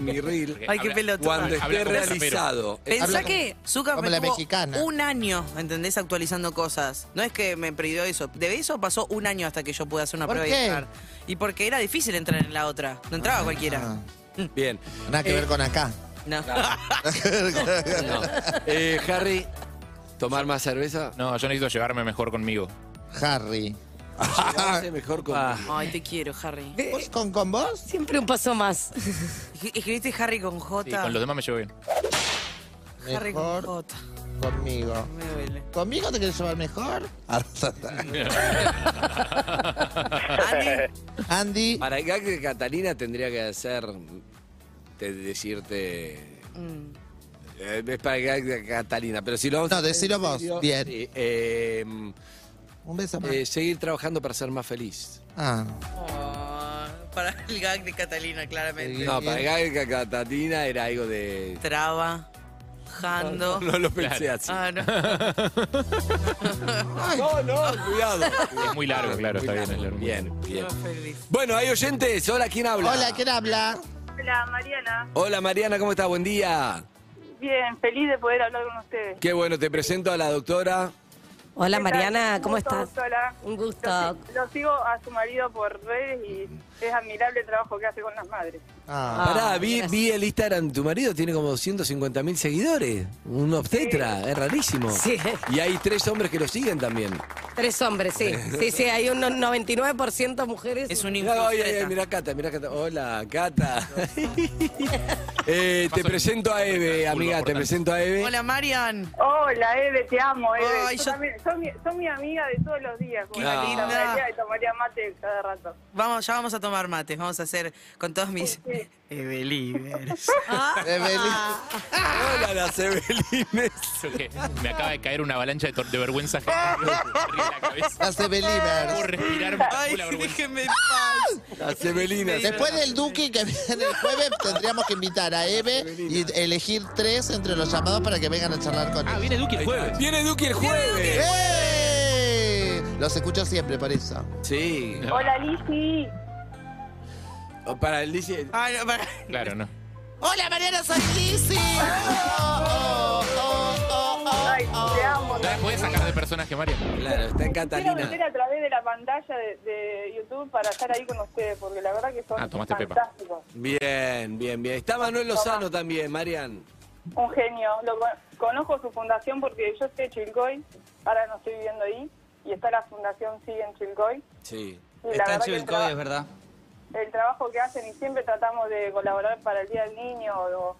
Speaker 2: mi reel
Speaker 6: Ay, qué
Speaker 3: Habla-
Speaker 6: pelotudo.
Speaker 2: cuando esté
Speaker 3: Habla como rapero.
Speaker 2: realizado. Eh,
Speaker 6: Pensá
Speaker 4: Habla
Speaker 6: que
Speaker 4: como-
Speaker 6: Zuckerberg
Speaker 4: como la
Speaker 6: tuvo
Speaker 4: mexicana.
Speaker 6: un año, ¿entendés? Actualizando cosas. No es que me perdió eso. De eso pasó un año hasta que yo pude hacer una
Speaker 4: ¿Por
Speaker 6: prueba
Speaker 4: qué? Ah.
Speaker 6: y entrar. Y porque era difícil entrar en la otra. No entraba cualquiera.
Speaker 2: Bien.
Speaker 4: Nada que
Speaker 2: Eh,
Speaker 4: ver con acá.
Speaker 6: No.
Speaker 2: no. Eh, Harry, ¿tomar más cerveza?
Speaker 3: No, yo necesito llevarme mejor conmigo.
Speaker 4: Harry.
Speaker 3: Ah.
Speaker 2: Llevarse mejor con...
Speaker 6: Ay, te quiero, Harry.
Speaker 4: ¿Vos con, con vos?
Speaker 5: Siempre un paso más.
Speaker 6: Escri- Escribiste Harry con J.
Speaker 3: Sí, con los demás me llevo bien.
Speaker 6: Harry con
Speaker 4: Mejor
Speaker 6: J.
Speaker 4: conmigo.
Speaker 6: Me duele.
Speaker 4: ¿Conmigo te quieres llevar mejor? Ah,
Speaker 6: Andy,
Speaker 4: Andy.
Speaker 2: Para el gag de Catalina tendría que hacer. te- decirte.
Speaker 6: mm.
Speaker 2: eh, es para el gag de Catalina, pero si lo vamos
Speaker 4: No,
Speaker 2: a hacer en
Speaker 4: decilo vos,
Speaker 2: serio,
Speaker 4: bien.
Speaker 2: sí, eh, mm,
Speaker 4: Un beso más.
Speaker 2: eh, seguir trabajando para ser más feliz.
Speaker 4: Ah.
Speaker 6: Oh, para el gag de Catalina, claramente.
Speaker 4: Bien,
Speaker 2: No,
Speaker 4: bien.
Speaker 2: para el gag de Catalina era algo de.
Speaker 6: Traba, jando.
Speaker 2: No lo pensé así.
Speaker 6: Ah, no.
Speaker 2: No, no, cuidado. Ah,
Speaker 3: Es muy largo, claro,
Speaker 2: Muy
Speaker 3: está bien,
Speaker 2: largo.
Speaker 3: es largo.
Speaker 2: Bien, bien.
Speaker 6: Feliz.
Speaker 2: Bueno, hay oyentes. Hola, ¿quién habla?
Speaker 4: Hola, ¿quién habla?
Speaker 9: Hola Mariana,
Speaker 2: Hola, Mariana, ¿cómo estás? Buen día.
Speaker 9: bien, feliz de poder hablar con ustedes.
Speaker 2: Qué bueno, te presento a la doctora.
Speaker 5: Hola
Speaker 9: ¿Qué tal?
Speaker 5: Mariana,
Speaker 9: Un
Speaker 5: ¿cómo
Speaker 9: gusto,
Speaker 5: estás?
Speaker 9: doctora.
Speaker 5: Un
Speaker 9: Lo,
Speaker 5: gusto.
Speaker 9: si- lo sigo a su marido por redes y es admirable el trabajo que hace con las madres.
Speaker 4: Ah.
Speaker 2: Pará,
Speaker 5: Ah,
Speaker 2: vi,
Speaker 5: gracias.
Speaker 2: vi el Instagram de tu marido, tiene como 250 mil seguidores. Un obstetra, es rarísimo.
Speaker 5: Sí.
Speaker 2: Y hay tres hombres que lo siguen también.
Speaker 5: Tres hombres, sí. Sí, sí, hay un 99% mujeres.
Speaker 6: Es un
Speaker 2: Mirá, ay, ay, ay,
Speaker 6: infiltreta.
Speaker 2: mirá Cata, mirá Cata. Hola, Cata. Eh, te presento a Eve, amiga, te presento a Eve.
Speaker 6: Hola, Marian.
Speaker 9: Hola Eve, te amo Eve.
Speaker 6: Ay,
Speaker 9: Yo
Speaker 6: yo-
Speaker 9: también- son, mi, son mi amiga de todos los días. como
Speaker 2: Qué
Speaker 9: la
Speaker 2: linda.
Speaker 9: María, y tomaría mate cada rato.
Speaker 6: Vamos, ya vamos a tomar mates, vamos a hacer con todos mis... Eh, Evelivers.
Speaker 4: Ah.
Speaker 2: Hola, las Evelines.
Speaker 3: Yo que Me acaba de caer una avalancha de, tor- de vergüenza. Ríe la cabeza.
Speaker 4: Hace
Speaker 3: Puedo
Speaker 4: believers.
Speaker 3: respirar me da
Speaker 6: Ay,
Speaker 3: la vergüenza.
Speaker 6: déjenme en paz.
Speaker 2: Las Evelinas.
Speaker 4: Después del Duque que viene el jueves, tendríamos que invitar a Eve y elegir tres entre los llamados para que vengan a charlar con
Speaker 3: Ah,
Speaker 4: él.
Speaker 3: viene Duque el jueves.
Speaker 2: Viene Duque el jueves.
Speaker 4: ¡Eh! Los escucho siempre, por eso.
Speaker 2: Sí.
Speaker 9: Hola Lizzy.
Speaker 2: Para el dice.
Speaker 6: Ay, no, para-
Speaker 3: Claro, no.
Speaker 4: ¡Hola, Mariana, soy Lizzy! Oh, oh, oh, oh,
Speaker 9: Ay, te amo.
Speaker 3: ¿La puedes sacar de personaje, Mario?
Speaker 2: Claro, está en
Speaker 9: Quiero meter
Speaker 2: Catalina.
Speaker 9: a través de la pantalla de, de YouTube para estar ahí con ustedes, porque la verdad que son
Speaker 3: Ah, tomaste Pepa.
Speaker 9: fantásticos.
Speaker 2: Bien, bien, bien. Está Manuel Lozano también, Marian.
Speaker 9: Un genio. Lo con- conozco su fundación porque yo estoy de Chilcoy, ahora no estoy viviendo ahí, y está la fundación sí en Chilcoy.
Speaker 2: Sí.
Speaker 9: Y la
Speaker 7: Está en
Speaker 9: verdad que el,
Speaker 7: Chivilcoy,
Speaker 9: traba-
Speaker 7: es verdad.
Speaker 9: el trabajo que hacen y siempre tratamos de colaborar para el Día del Niño o,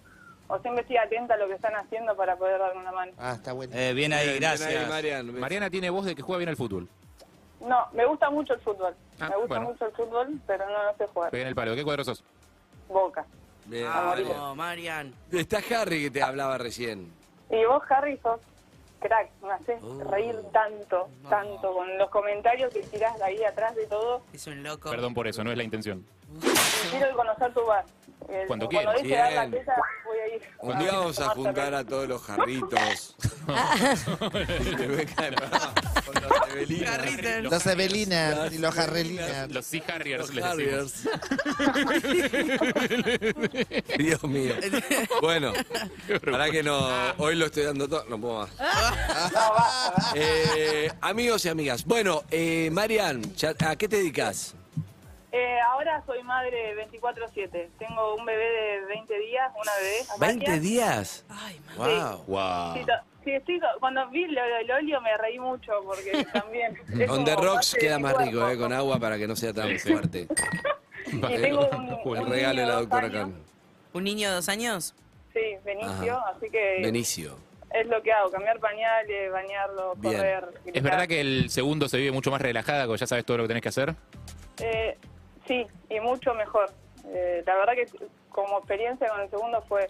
Speaker 9: o siempre estoy atenta a lo que están haciendo para poder dar una mano.
Speaker 4: Ah, está bueno.
Speaker 7: Eh, bien ahí,
Speaker 2: Bien, bien ahí,
Speaker 7: gracias.
Speaker 2: Marian.
Speaker 3: Mariana tiene voz de que juega bien al fútbol.
Speaker 9: No, me gusta mucho el fútbol.
Speaker 3: Ah,
Speaker 9: me gusta
Speaker 3: bueno.
Speaker 9: mucho el fútbol, pero no lo sé jugar.
Speaker 3: Pega en el palo. ¿Qué cuadro sos?
Speaker 9: Boca.
Speaker 2: Bien,
Speaker 6: Ah,
Speaker 2: Marian.
Speaker 6: no, Marian.
Speaker 2: Está Harry que te hablaba recién.
Speaker 9: Y vos, Harry, sos crack. Me haces
Speaker 2: Uh.
Speaker 9: reír tanto, tanto con los comentarios que tirás de ahí atrás de todo.
Speaker 6: Es un loco.
Speaker 3: Perdón por eso, no es la intención.
Speaker 9: Quiero conocer tu bar. Eh, cuando
Speaker 3: Cuando quieras.
Speaker 9: deje de dar la
Speaker 2: Bien.
Speaker 9: teta, voy a ir.
Speaker 2: Un día vamos a juntar a todos los jarritos. Y que vengan, ¿no? Con los Evelinas.
Speaker 6: Carritos.
Speaker 4: Los Evelinas y los Jarrelinas.
Speaker 3: Los Sea Harriers les
Speaker 2: Los
Speaker 3: decimos.
Speaker 2: Harriers. Dios mío. Bueno, para que no. Hoy lo estoy dando todo. No puedo más. Eh, amigos y amigas. Bueno, eh, Marian, ya- ¿a qué te dedicas?
Speaker 9: Eh, ahora soy madre 24-7. Tengo un bebé de 20 días, una bebé. Amalia.
Speaker 2: ¿20 días?
Speaker 6: Ay, ma-
Speaker 2: ¡Wow!
Speaker 3: Wow.
Speaker 9: Sí, to- sí, estoy co- cuando vi lo del óleo me reí mucho porque también. es como
Speaker 2: On the rocks
Speaker 9: parte de
Speaker 2: queda
Speaker 9: mi
Speaker 2: más rico,
Speaker 9: cuerpo.
Speaker 2: eh, con agua para que no sea tan fuerte.
Speaker 9: Y tengo un,
Speaker 2: El
Speaker 9: un
Speaker 2: regalo de
Speaker 9: niño
Speaker 2: la
Speaker 9: dos
Speaker 2: doctora
Speaker 9: años.
Speaker 2: Can.
Speaker 6: ¿Un niño de dos años?
Speaker 9: Sí, Benicio,
Speaker 2: Ajá.
Speaker 9: así que
Speaker 2: Benicio.
Speaker 9: es lo que hago: cambiar pañales, bañarlo,
Speaker 2: Bien.
Speaker 9: correr.
Speaker 3: ¿Es
Speaker 9: gritar.
Speaker 3: verdad que el segundo se vive mucho más relajada, porque ya sabes todo lo que tenés que hacer?
Speaker 9: Eh, sí, y mucho mejor. Eh, la verdad que como experiencia con el segundo fue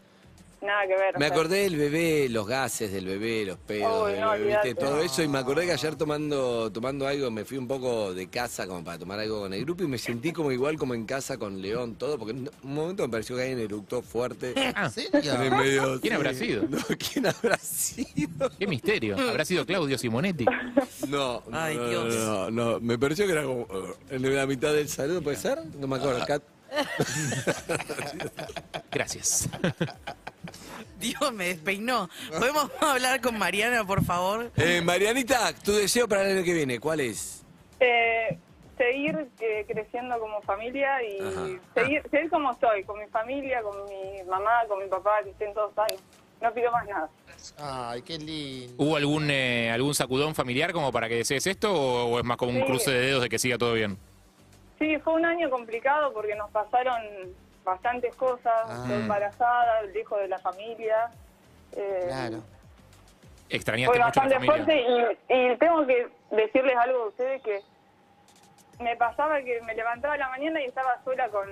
Speaker 9: Nada que ver. o
Speaker 2: Me
Speaker 9: sea,
Speaker 2: acordé del bebé, los gases del bebé, los pedos,
Speaker 9: Uy,
Speaker 2: del
Speaker 9: no,
Speaker 2: bebé, ¿viste?
Speaker 9: olvidate.
Speaker 2: todo eso. Y me acordé que ayer tomando, tomando algo, me fui un poco de casa como para tomar algo con el grupo y me sentí como igual como en casa con León, todo, porque en un momento me pareció que alguien eructó fuerte.
Speaker 3: Ah,
Speaker 2: En el medio,
Speaker 3: ¿Quién habrá sido?
Speaker 2: No, ¿Quién habrá sido?
Speaker 3: qué misterio. ¿Habrá sido Claudio Simonetti?
Speaker 2: No,
Speaker 6: Ay,
Speaker 2: no,
Speaker 6: Dios.
Speaker 2: no, no, me pareció que era como uh, en la mitad del saludo, ¿puede ser? No me acuerdo, Cat.
Speaker 3: Gracias.
Speaker 6: Dios, me despeinó. ¿Podemos hablar con Mariana, por favor?
Speaker 2: Eh, Marianita, tu deseo para el año que viene, ¿cuál es?
Speaker 9: eh, seguir eh, creciendo como familia y
Speaker 3: Ah.
Speaker 2: Ajá.
Speaker 9: seguir, seguir como soy, con mi familia, con mi mamá, con mi papá, que estén todos sanos. No pido más nada.
Speaker 4: Ay, qué lindo.
Speaker 3: ¿Hubo algún, eh, algún sacudón familiar como para que desees esto o, o es más como un
Speaker 9: Sí.
Speaker 3: cruce de dedos de que siga todo bien?
Speaker 9: Sí, fue un año complicado porque nos pasaron bastantes cosas.
Speaker 3: Ah.
Speaker 9: Estoy embarazada, el hijo de la familia. eh,
Speaker 4: Claro.
Speaker 3: ¿Extrañaste
Speaker 9: Fue
Speaker 3: mucho a la
Speaker 9: bastante
Speaker 3: familia?
Speaker 9: fuerte y, y tengo que decirles algo a ustedes que me pasaba que me levantaba a la mañana y estaba sola con,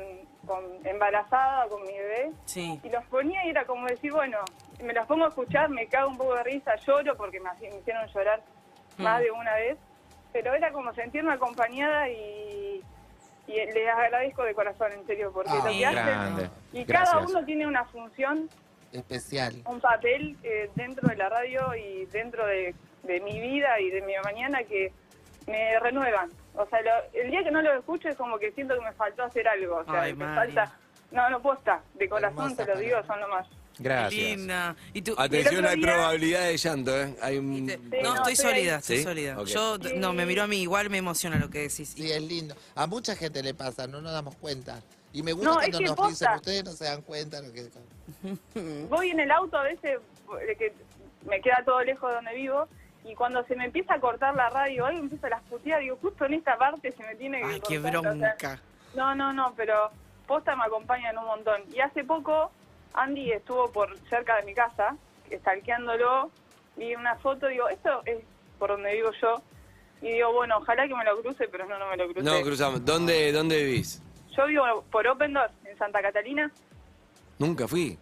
Speaker 9: con- embarazada con mi bebé
Speaker 6: Sí.
Speaker 9: y los ponía y era como decir, bueno, me los pongo a escuchar, me cago un poco de risa, lloro porque me, hacían- me hicieron llorar más de una vez, pero era como sentirme acompañada y, y les agradezco de corazón, en serio, porque
Speaker 4: Ah,
Speaker 9: lo que
Speaker 3: grande.
Speaker 9: hacen y cada
Speaker 3: Gracias.
Speaker 9: uno tiene una función
Speaker 4: Especial.
Speaker 9: un papel eh, dentro de la radio y dentro de, de mi vida y de mi mañana que me renuevan. O sea, lo- el día que no lo escucho es como que siento que me faltó hacer algo. O sea,
Speaker 6: Ay,
Speaker 9: me
Speaker 6: Mari.
Speaker 9: falta. No, no posta. De corazón
Speaker 4: Hermosa
Speaker 9: te lo digo,
Speaker 4: palabra.
Speaker 9: son lo más.
Speaker 3: Gracias.
Speaker 6: Linda. Y tú,
Speaker 9: El
Speaker 2: Atención,
Speaker 9: otro
Speaker 2: hay
Speaker 9: día-
Speaker 2: probabilidad de llanto, ¿eh? Hay un...
Speaker 6: Te-
Speaker 9: Sí,
Speaker 6: no,
Speaker 9: no,
Speaker 6: estoy
Speaker 9: estoy ahí.
Speaker 6: sólida, estoy
Speaker 2: ¿Sí?
Speaker 6: sólida.
Speaker 2: Ok.
Speaker 6: Yo, d- no, me miró a mí, igual me emociona lo que decís.
Speaker 4: Sí, es lindo. A mucha gente le pasa, no nos damos cuenta. Y me gusta
Speaker 9: No, es
Speaker 4: cuando
Speaker 9: que
Speaker 4: nos
Speaker 9: posta.
Speaker 4: dicen, ustedes no se dan cuenta lo que...
Speaker 9: Voy en el auto a veces, eh, que me queda todo lejos de donde vivo, y cuando se me empieza a cortar la radio, ahí empiezo a las puteadas, digo, justo en esta parte se me tiene que
Speaker 6: Ay, qué
Speaker 9: cortar, o sea,
Speaker 6: bronca.
Speaker 9: No, no, no, pero posta me acompañan un montón. Y hace poco Andy estuvo por cerca de mi casa, estalqueándolo, vi una foto, digo, esto es por donde vivo yo. Y digo, bueno, ojalá que me lo cruce, pero no, no me lo cruce.
Speaker 2: No, cruzamos. ¿Dónde, ¿Dónde vivís?
Speaker 9: yo vivo por Open Door, en Santa Catalina.
Speaker 2: Nunca fui.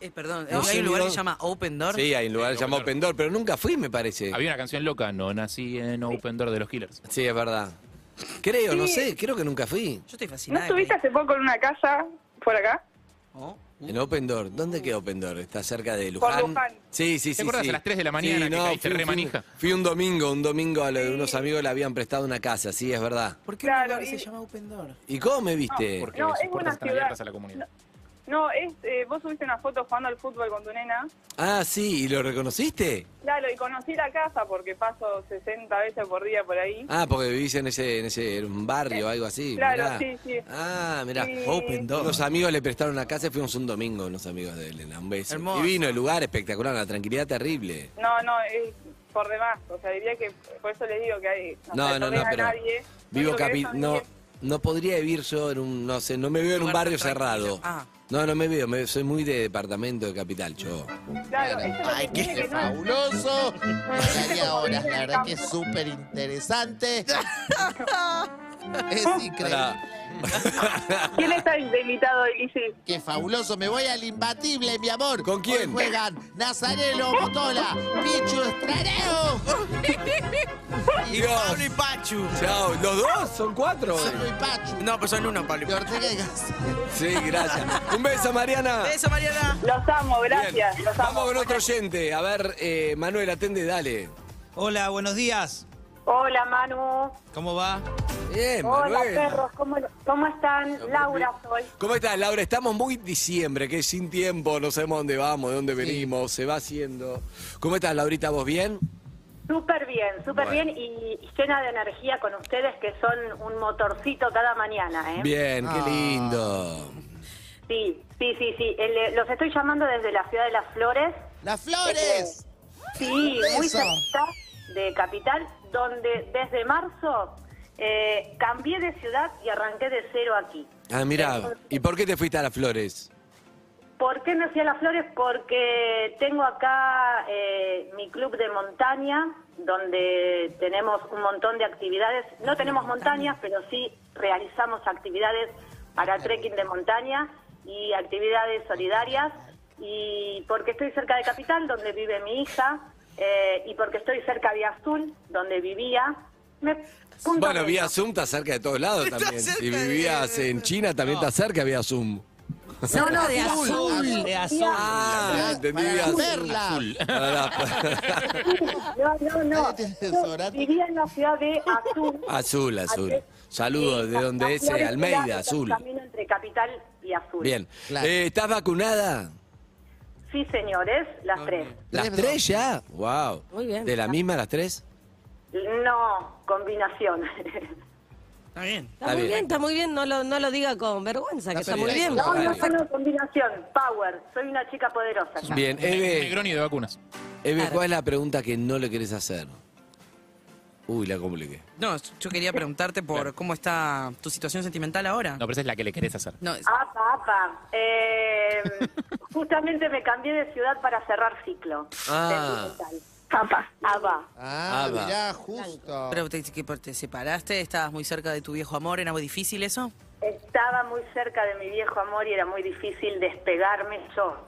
Speaker 6: Eh, perdón,
Speaker 2: No
Speaker 6: hay
Speaker 2: sé,
Speaker 6: un lugar que
Speaker 2: Dios.
Speaker 6: se llama Open Door.
Speaker 2: Sí, hay un lugar llamado Open Door, pero nunca fui, me parece.
Speaker 3: Había una canción loca, no nací en Open Door de los Killers.
Speaker 2: Sí, es verdad. Creo, no
Speaker 9: Sí.
Speaker 2: sé, creo que nunca fui.
Speaker 6: Yo estoy
Speaker 9: ¿No
Speaker 6: fascinada.
Speaker 9: estuviste
Speaker 6: Cari.
Speaker 9: hace poco en una casa por acá?
Speaker 6: Oh.
Speaker 2: En Open Door. ¿Dónde queda Open Door? Está cerca de Luján.
Speaker 9: Por Luján.
Speaker 2: Sí, sí, sí.
Speaker 3: acordás
Speaker 2: sí.
Speaker 3: a las 3 de la mañana que caíste re manija?
Speaker 2: fui un domingo, un domingo a lo de unos amigos le habían prestado una casa, sí, es verdad.
Speaker 6: ¿Por qué
Speaker 9: Claro,
Speaker 6: un lugar
Speaker 9: y-
Speaker 6: se llama Open Door?
Speaker 2: ¿Y cómo
Speaker 9: Ah,
Speaker 2: me viste?
Speaker 3: Porque
Speaker 9: No,
Speaker 3: sus
Speaker 9: es una
Speaker 3: puertas están
Speaker 9: ciudad.
Speaker 3: abiertas a la comunidad.
Speaker 9: No, es, eh, vos subiste una foto jugando al fútbol con tu nena.
Speaker 2: Ah, sí, ¿y lo reconociste?
Speaker 9: Claro, y conocí la casa porque paso 60 veces por día por ahí.
Speaker 2: Ah, porque vivís en ese, en ese en un barrio o algo así.
Speaker 9: Claro,
Speaker 2: mirá.
Speaker 9: sí, sí.
Speaker 2: Ah, mirá.
Speaker 9: Sí.
Speaker 2: Open Door. Unos amigos le prestaron una casa y fuimos un domingo, unos amigos de Elena. Un beso.
Speaker 6: Hermoso.
Speaker 2: Y vino el lugar espectacular, una tranquilidad terrible.
Speaker 9: No, no, es por demás. O sea, diría que por eso les digo que hay.
Speaker 2: No,
Speaker 9: se
Speaker 2: no, no,
Speaker 9: toleran a
Speaker 2: pero.
Speaker 9: nadie.
Speaker 2: Vivo
Speaker 9: Lo que
Speaker 2: capi
Speaker 9: ellos
Speaker 2: no,
Speaker 9: dicen.
Speaker 2: no podría vivir yo en un. No sé, no me veo en un
Speaker 6: Lugar
Speaker 2: barrio
Speaker 6: tranquilo.
Speaker 2: cerrado.
Speaker 6: Ah.
Speaker 2: No, no me veo, me- soy muy de departamento de capital, yo.
Speaker 9: Claro, eso es lo
Speaker 4: ¡Ay,
Speaker 9: que tiene
Speaker 4: qué
Speaker 9: que no-
Speaker 4: fabuloso! Y ahora,
Speaker 9: viene
Speaker 4: la
Speaker 9: el
Speaker 4: verdad que es
Speaker 9: campo.
Speaker 4: súper interesante. Es increíble.
Speaker 2: Pará.
Speaker 9: ¿Quién está de invitado, Elise?
Speaker 4: Qué fabuloso, me voy al imbatible, mi amor.
Speaker 2: ¿Con quién?
Speaker 4: Hoy juegan Nazarelo Motola, Pichu Estraneo,
Speaker 2: Dios.
Speaker 6: Pablo y Pachu.
Speaker 2: Chao, ¿los dos? ¿Son cuatro?
Speaker 4: Pablo y Pachu,
Speaker 6: No, pero
Speaker 2: pues
Speaker 6: son uno, Pablo y
Speaker 4: de
Speaker 6: Pachu.
Speaker 4: Ortega y Gasset.
Speaker 2: Sí, gracias. Un beso, Mariana.
Speaker 6: Beso, Mariana.
Speaker 9: Los amo, gracias.
Speaker 2: Bien.
Speaker 9: Los amo.
Speaker 2: Vamos con otro oyente. A ver, eh, Manuel, atende, dale.
Speaker 7: Hola, buenos días.
Speaker 9: Hola, Manu.
Speaker 7: ¿Cómo va?
Speaker 2: Bien,
Speaker 10: Hola
Speaker 2: Manuel.
Speaker 10: perros, ¿cómo, cómo están? Laura soy.
Speaker 2: ¿Cómo estás, Laura? Estamos muy diciembre, que es sin tiempo, no sabemos dónde vamos, de dónde venimos, se va haciendo. ¿Cómo estás, Laurita? ¿Vos bien?
Speaker 10: Súper bien, súper
Speaker 2: Bueno.
Speaker 10: bien y llena de energía con ustedes que son un motorcito cada mañana, ¿eh?
Speaker 2: Bien, qué lindo.
Speaker 10: Sí, sí, sí, sí. El- los estoy llamando desde la ciudad de las flores.
Speaker 4: ¡Las flores!
Speaker 10: Sí, muy
Speaker 4: Eso.
Speaker 10: cerquita de Capital, donde desde marzo eh, cambié de ciudad y arranqué de cero aquí.
Speaker 2: Ah, mirá, ¿y por qué te fuiste a las flores?
Speaker 10: ¿Por qué me fui a las flores? Porque tengo acá eh, mi club de montaña, donde tenemos un montón de actividades. No tenemos montañas, pero sí realizamos actividades para trekking de montaña y actividades solidarias. y porque estoy cerca de Capital, donde vive mi hija, eh, y porque estoy cerca de Azul, donde vivía. Me punto
Speaker 2: Bueno,
Speaker 10: medio.
Speaker 2: vía Zoom está cerca de todos lados
Speaker 6: Está
Speaker 2: también.
Speaker 6: cerca
Speaker 2: Si
Speaker 6: de-
Speaker 2: vivías en China, también está cerca vía Zoom.
Speaker 5: No, no, de azul.
Speaker 7: De azul.
Speaker 2: Ah, entendí
Speaker 4: Para
Speaker 2: vía Zoom.
Speaker 4: verla.
Speaker 10: No, no, no.
Speaker 4: Ahí tienes el
Speaker 10: Yo
Speaker 4: sorato.
Speaker 10: vivía en la ciudad de Azul.
Speaker 2: Azul, azul.
Speaker 10: Antes-
Speaker 2: Saludos
Speaker 10: Sí,
Speaker 2: de donde es,
Speaker 10: Flores
Speaker 2: eh,
Speaker 10: era
Speaker 2: Almeida,
Speaker 10: el
Speaker 2: Azul.
Speaker 10: Camino entre Capital y Azul.
Speaker 2: Bien.
Speaker 4: Claro.
Speaker 2: Eh, ¿Estás vacunada?
Speaker 10: Sí, señores, las tres.
Speaker 2: ¿Las
Speaker 4: Tres,
Speaker 2: tres ya? Wow.
Speaker 5: Muy bien.
Speaker 2: ¿De la misma las tres?
Speaker 10: No, combinación.
Speaker 6: Está bien.
Speaker 5: Está muy bien, está muy bien. No lo, no lo diga con vergüenza, que
Speaker 4: Está
Speaker 5: está muy
Speaker 4: bien.
Speaker 5: bien.
Speaker 10: No, no,
Speaker 2: Vale.
Speaker 10: no, no, combinación. Power. Soy una chica poderosa. ya.
Speaker 2: Bien, Eve,
Speaker 3: Negroni de vacunas.
Speaker 2: Eve, ¿cuál es la pregunta que no le querés hacer? Uy, la compliqué.
Speaker 6: No, yo quería preguntarte por cómo está tu situación sentimental ahora.
Speaker 3: No, pero esa es la que le querés hacer.
Speaker 6: No, es-
Speaker 10: Apa, apa. Eh, justamente me cambié de ciudad para cerrar ciclo.
Speaker 2: Ah.
Speaker 10: Apa, apa.
Speaker 4: Ah,
Speaker 2: Ah, va.
Speaker 4: mirá, justo.
Speaker 6: pero te, que- te separaste, estabas muy cerca de tu viejo amor, ¿era muy difícil eso?
Speaker 10: Estaba muy cerca de mi viejo amor y era muy difícil despegarme yo.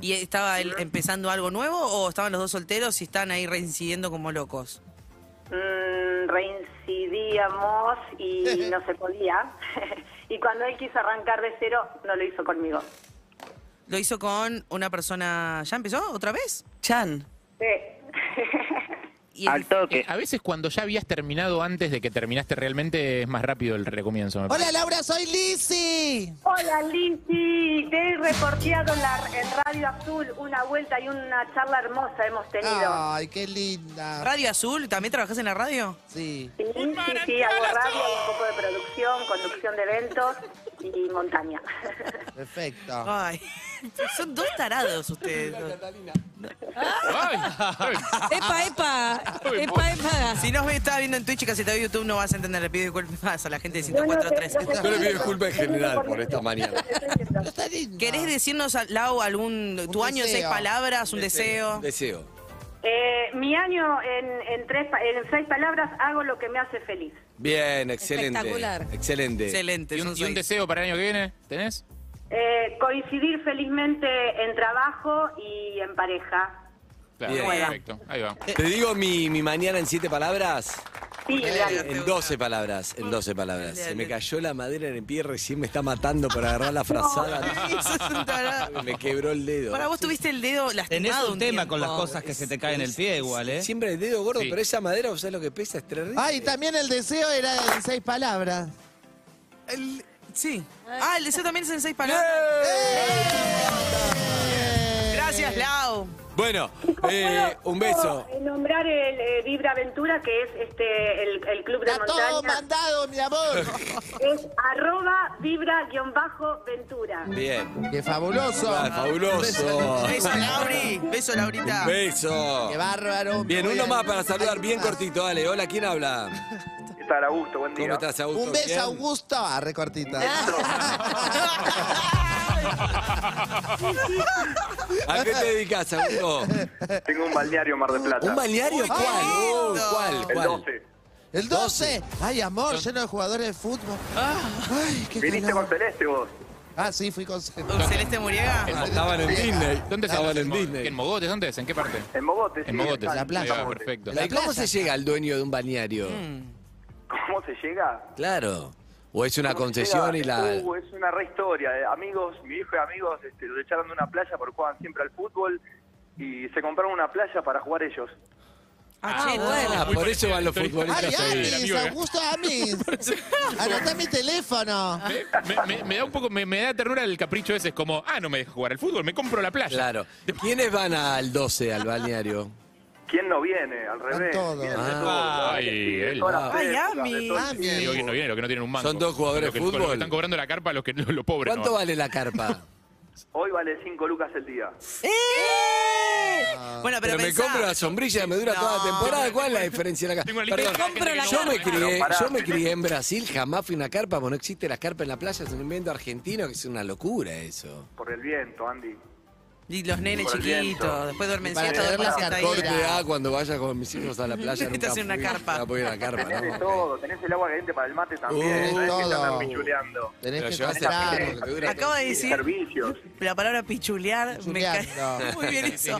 Speaker 6: ¿Y estaba él empezando algo nuevo o estaban los dos solteros y están ahí reincidiendo como locos?
Speaker 10: Mm, reincidíamos y no se podía. y cuando él quiso arrancar de cero, no lo hizo conmigo.
Speaker 6: ¿Lo hizo con una persona... ¿Ya empezó otra vez?
Speaker 11: Chan.
Speaker 10: Sí.
Speaker 6: Y el-
Speaker 3: Eh, a veces cuando ya habías terminado antes de que terminaste realmente es más rápido el recomienzo. me
Speaker 4: Hola, Laura, soy Lizzy.
Speaker 10: Hola Lizzy, te he reporteado en, la, en Radio Azul una vuelta y una charla hermosa hemos tenido.
Speaker 4: Ay, qué linda.
Speaker 6: ¿Radio Azul? ¿También trabajas en la radio?
Speaker 4: Sí.
Speaker 10: Sí, sí, sí, hago radio, hago un poco de producción, conducción de eventos y montaña.
Speaker 4: Perfecto.
Speaker 6: Ay, son dos tarados ustedes.
Speaker 3: parece. ¡Ay!
Speaker 5: Epa, epa. Epa, epa.
Speaker 6: Si nos estás viendo en Twitch, casi te YouTube, no vas a entender. Le pido disculpas a la gente de
Speaker 10: Yo no te- no
Speaker 6: 104.3.
Speaker 10: te-
Speaker 2: Yo le pido disculpas en general por esta mañana.
Speaker 4: Pero está linda.
Speaker 6: ¿Querés decirnos, Lau, algún tu
Speaker 4: Un
Speaker 6: año en seis
Speaker 4: deseo.
Speaker 6: palabras, un deseo?
Speaker 2: Deseo.
Speaker 10: Eh, mi año en, en tres, pa- en seis palabras hago lo que me hace feliz.
Speaker 2: Bien, excelente.
Speaker 5: Espectacular.
Speaker 2: Excelente.
Speaker 6: Excelente.
Speaker 3: ¿Y
Speaker 6: son
Speaker 3: un, y un
Speaker 6: seis.
Speaker 3: deseo para el año que viene? ¿Tenés?
Speaker 10: Eh, coincidir felizmente en trabajo y en pareja.
Speaker 3: Claro,
Speaker 2: Bien.
Speaker 3: perfecto. Ahí va.
Speaker 2: ¿Te digo mi, mi mañana en siete palabras?
Speaker 10: Sí, dale.
Speaker 2: En 12 palabras, en 12 palabras. Se me cayó la madera en el pie, recién me está matando por agarrar la frazada.
Speaker 6: Eso es un tarado.
Speaker 2: Me quebró el dedo.
Speaker 6: Para vos tuviste el dedo lastimado.
Speaker 7: Tenés un tema
Speaker 6: tiempo.
Speaker 7: con las cosas que se te caen el pie igual, ¿eh?
Speaker 2: Siempre el dedo gordo,
Speaker 3: Sí.
Speaker 2: pero esa madera, ¿vos sabés lo que pesa? Es terrible.
Speaker 4: Ay, también el deseo era en seis palabras.
Speaker 6: El- sí. Ah, el deseo también es en seis palabras. Gracias, Lau.
Speaker 2: Bueno,
Speaker 10: Chicos,
Speaker 2: eh,
Speaker 10: ¿puedo-
Speaker 2: un beso.
Speaker 10: puedo, eh, Nombrar el eh, Vibra Aventura, que es este el, el club de
Speaker 4: Está todo
Speaker 10: montaña.
Speaker 4: mandado, mi amor.
Speaker 10: Es arroba vibra-ventura.
Speaker 2: Bien.
Speaker 4: Qué fabuloso.
Speaker 2: Ah, fabuloso.
Speaker 6: Beso, Lauri. Beso, Laurita.
Speaker 2: Un beso.
Speaker 4: Qué bárbaro.
Speaker 2: Bien,
Speaker 4: Muy
Speaker 2: uno más para saludar, bien
Speaker 4: Ahí está.
Speaker 2: cortito, dale. Hola, ¿quién habla?
Speaker 8: ¿Qué tal, Augusto? Buen
Speaker 2: ¿Cómo estás, Augusto?
Speaker 4: Un beso,
Speaker 2: ¿Bien?
Speaker 4: Augusto. Ah, recortita.
Speaker 2: ¿A qué te dedicas, Augusto?
Speaker 8: Tengo un balneario en Mar del Plata.
Speaker 2: ¿Un balneario?
Speaker 6: Uy, qué
Speaker 2: ¿Cuál?
Speaker 6: lindo.
Speaker 2: Uy, ¿Cuál?
Speaker 8: El
Speaker 2: ¿Cuál?
Speaker 8: 12.
Speaker 4: El 12. Ay, amor, lleno de jugadores de fútbol.
Speaker 2: Ah.
Speaker 4: Ay, qué
Speaker 8: Viniste
Speaker 4: calor.
Speaker 8: con Celeste vos.
Speaker 4: Ah, sí, fui con Celeste.
Speaker 6: Celeste Muriega.
Speaker 2: Ah, Estaban en Disney.
Speaker 3: ¿Dónde se
Speaker 2: Estaban en
Speaker 3: en, Mo-
Speaker 2: Disney.
Speaker 3: en Mogotes? ¿Dónde es? ¿En qué parte?
Speaker 8: En Mogotes.
Speaker 3: En
Speaker 8: sí,
Speaker 3: Mogotes.
Speaker 8: está-
Speaker 4: la plaza.
Speaker 3: Ahí va, perfecto.
Speaker 9: Ah,
Speaker 4: La
Speaker 2: ¿Y cómo
Speaker 4: plaza.
Speaker 2: se llega al dueño de un balneario?
Speaker 3: Mm.
Speaker 8: ¿Cómo se llega?
Speaker 2: Claro. ¿O es una
Speaker 8: ¿Cómo se
Speaker 2: concesión y
Speaker 8: llega?
Speaker 2: la...?
Speaker 8: Uh, es una re historia. Eh, Amigos, mi hijo y amigos este, los echaron de una playa porque juegan siempre al fútbol y se compraron una playa para jugar ellos.
Speaker 6: Ah, che,
Speaker 2: Ah,
Speaker 3: Muy
Speaker 2: por eso
Speaker 3: parecida
Speaker 2: van los
Speaker 3: la historia.
Speaker 2: futbolistas
Speaker 4: Ay,
Speaker 2: ahí.
Speaker 3: la ¿eh?
Speaker 4: Amis,
Speaker 3: viuda.
Speaker 4: Augusto Amis. Anotá mi teléfono.
Speaker 3: Me, me- me da un poco, me, me da ternura el capricho ese. Es como, ah, no me deja jugar al fútbol, me compro la playa.
Speaker 2: Claro. ¿Quiénes van al 12, al balneario?
Speaker 8: ¿Quién no viene? Al revés.
Speaker 4: todos.
Speaker 8: Vienen de
Speaker 2: Ah.
Speaker 8: todos, la verdad
Speaker 3: Ay,
Speaker 8: que sí, de
Speaker 3: él.
Speaker 8: todas las
Speaker 6: Ay,
Speaker 8: épocas, de
Speaker 6: Ami.
Speaker 8: todas las
Speaker 4: Ami.
Speaker 3: Eh, Digo que no viene, lo que no tienen un mango.
Speaker 2: Son dos jugadores
Speaker 3: Lo que-
Speaker 2: de
Speaker 3: con lo que
Speaker 2: fútbol.
Speaker 3: están cobrando la carpa los, que, los, pobres.
Speaker 2: ¿Cuánto
Speaker 3: no.
Speaker 2: vale la carpa?
Speaker 8: Hoy vale 5 lucas el día.
Speaker 6: ¡Eh! Bueno, pero,
Speaker 2: Ah. Pero, me
Speaker 6: pensá.
Speaker 2: compro la sombrilla, me dura toda la temporada. ¿Cuál es la diferencia de la
Speaker 3: Tengo
Speaker 2: carpa?
Speaker 3: una lista de
Speaker 2: Perdón.
Speaker 3: gente que no
Speaker 2: Yo me
Speaker 3: compra.
Speaker 2: crié,
Speaker 8: Pero pará,
Speaker 2: yo me
Speaker 8: tenés-
Speaker 2: crié en Brasil, jamás fui a una carpa, porque no existe la carpa en la playa, es un invento argentino que es una locura eso.
Speaker 8: Por el viento, Andy.
Speaker 6: Y los nenes
Speaker 8: Por el viento.
Speaker 6: chiquitos, después duermen
Speaker 4: Para
Speaker 6: siesta,
Speaker 4: tener
Speaker 6: duermen
Speaker 4: la
Speaker 6: siesta ahí.
Speaker 4: Corte
Speaker 2: Corte A cuando vaya con mis hijos a la playa.
Speaker 6: Necesito
Speaker 2: nunca
Speaker 6: hacer una
Speaker 2: fui,
Speaker 6: carpa.
Speaker 2: nunca pude ir a la carpa,
Speaker 8: Tenés de
Speaker 2: ¿no?
Speaker 8: todo, tenés el agua caliente para el mate también,
Speaker 2: Uh,
Speaker 8: no es que te
Speaker 4: todo.
Speaker 8: andan pichuleando.
Speaker 4: Tenés
Speaker 2: Pero
Speaker 4: que
Speaker 2: llevaste
Speaker 4: comprar.
Speaker 2: la-
Speaker 8: Tenés
Speaker 6: Acabo de decir-
Speaker 8: Servicios.
Speaker 6: La palabra pichulear me
Speaker 4: Pichulear,
Speaker 6: cae-
Speaker 4: no.
Speaker 6: Muy bien eso.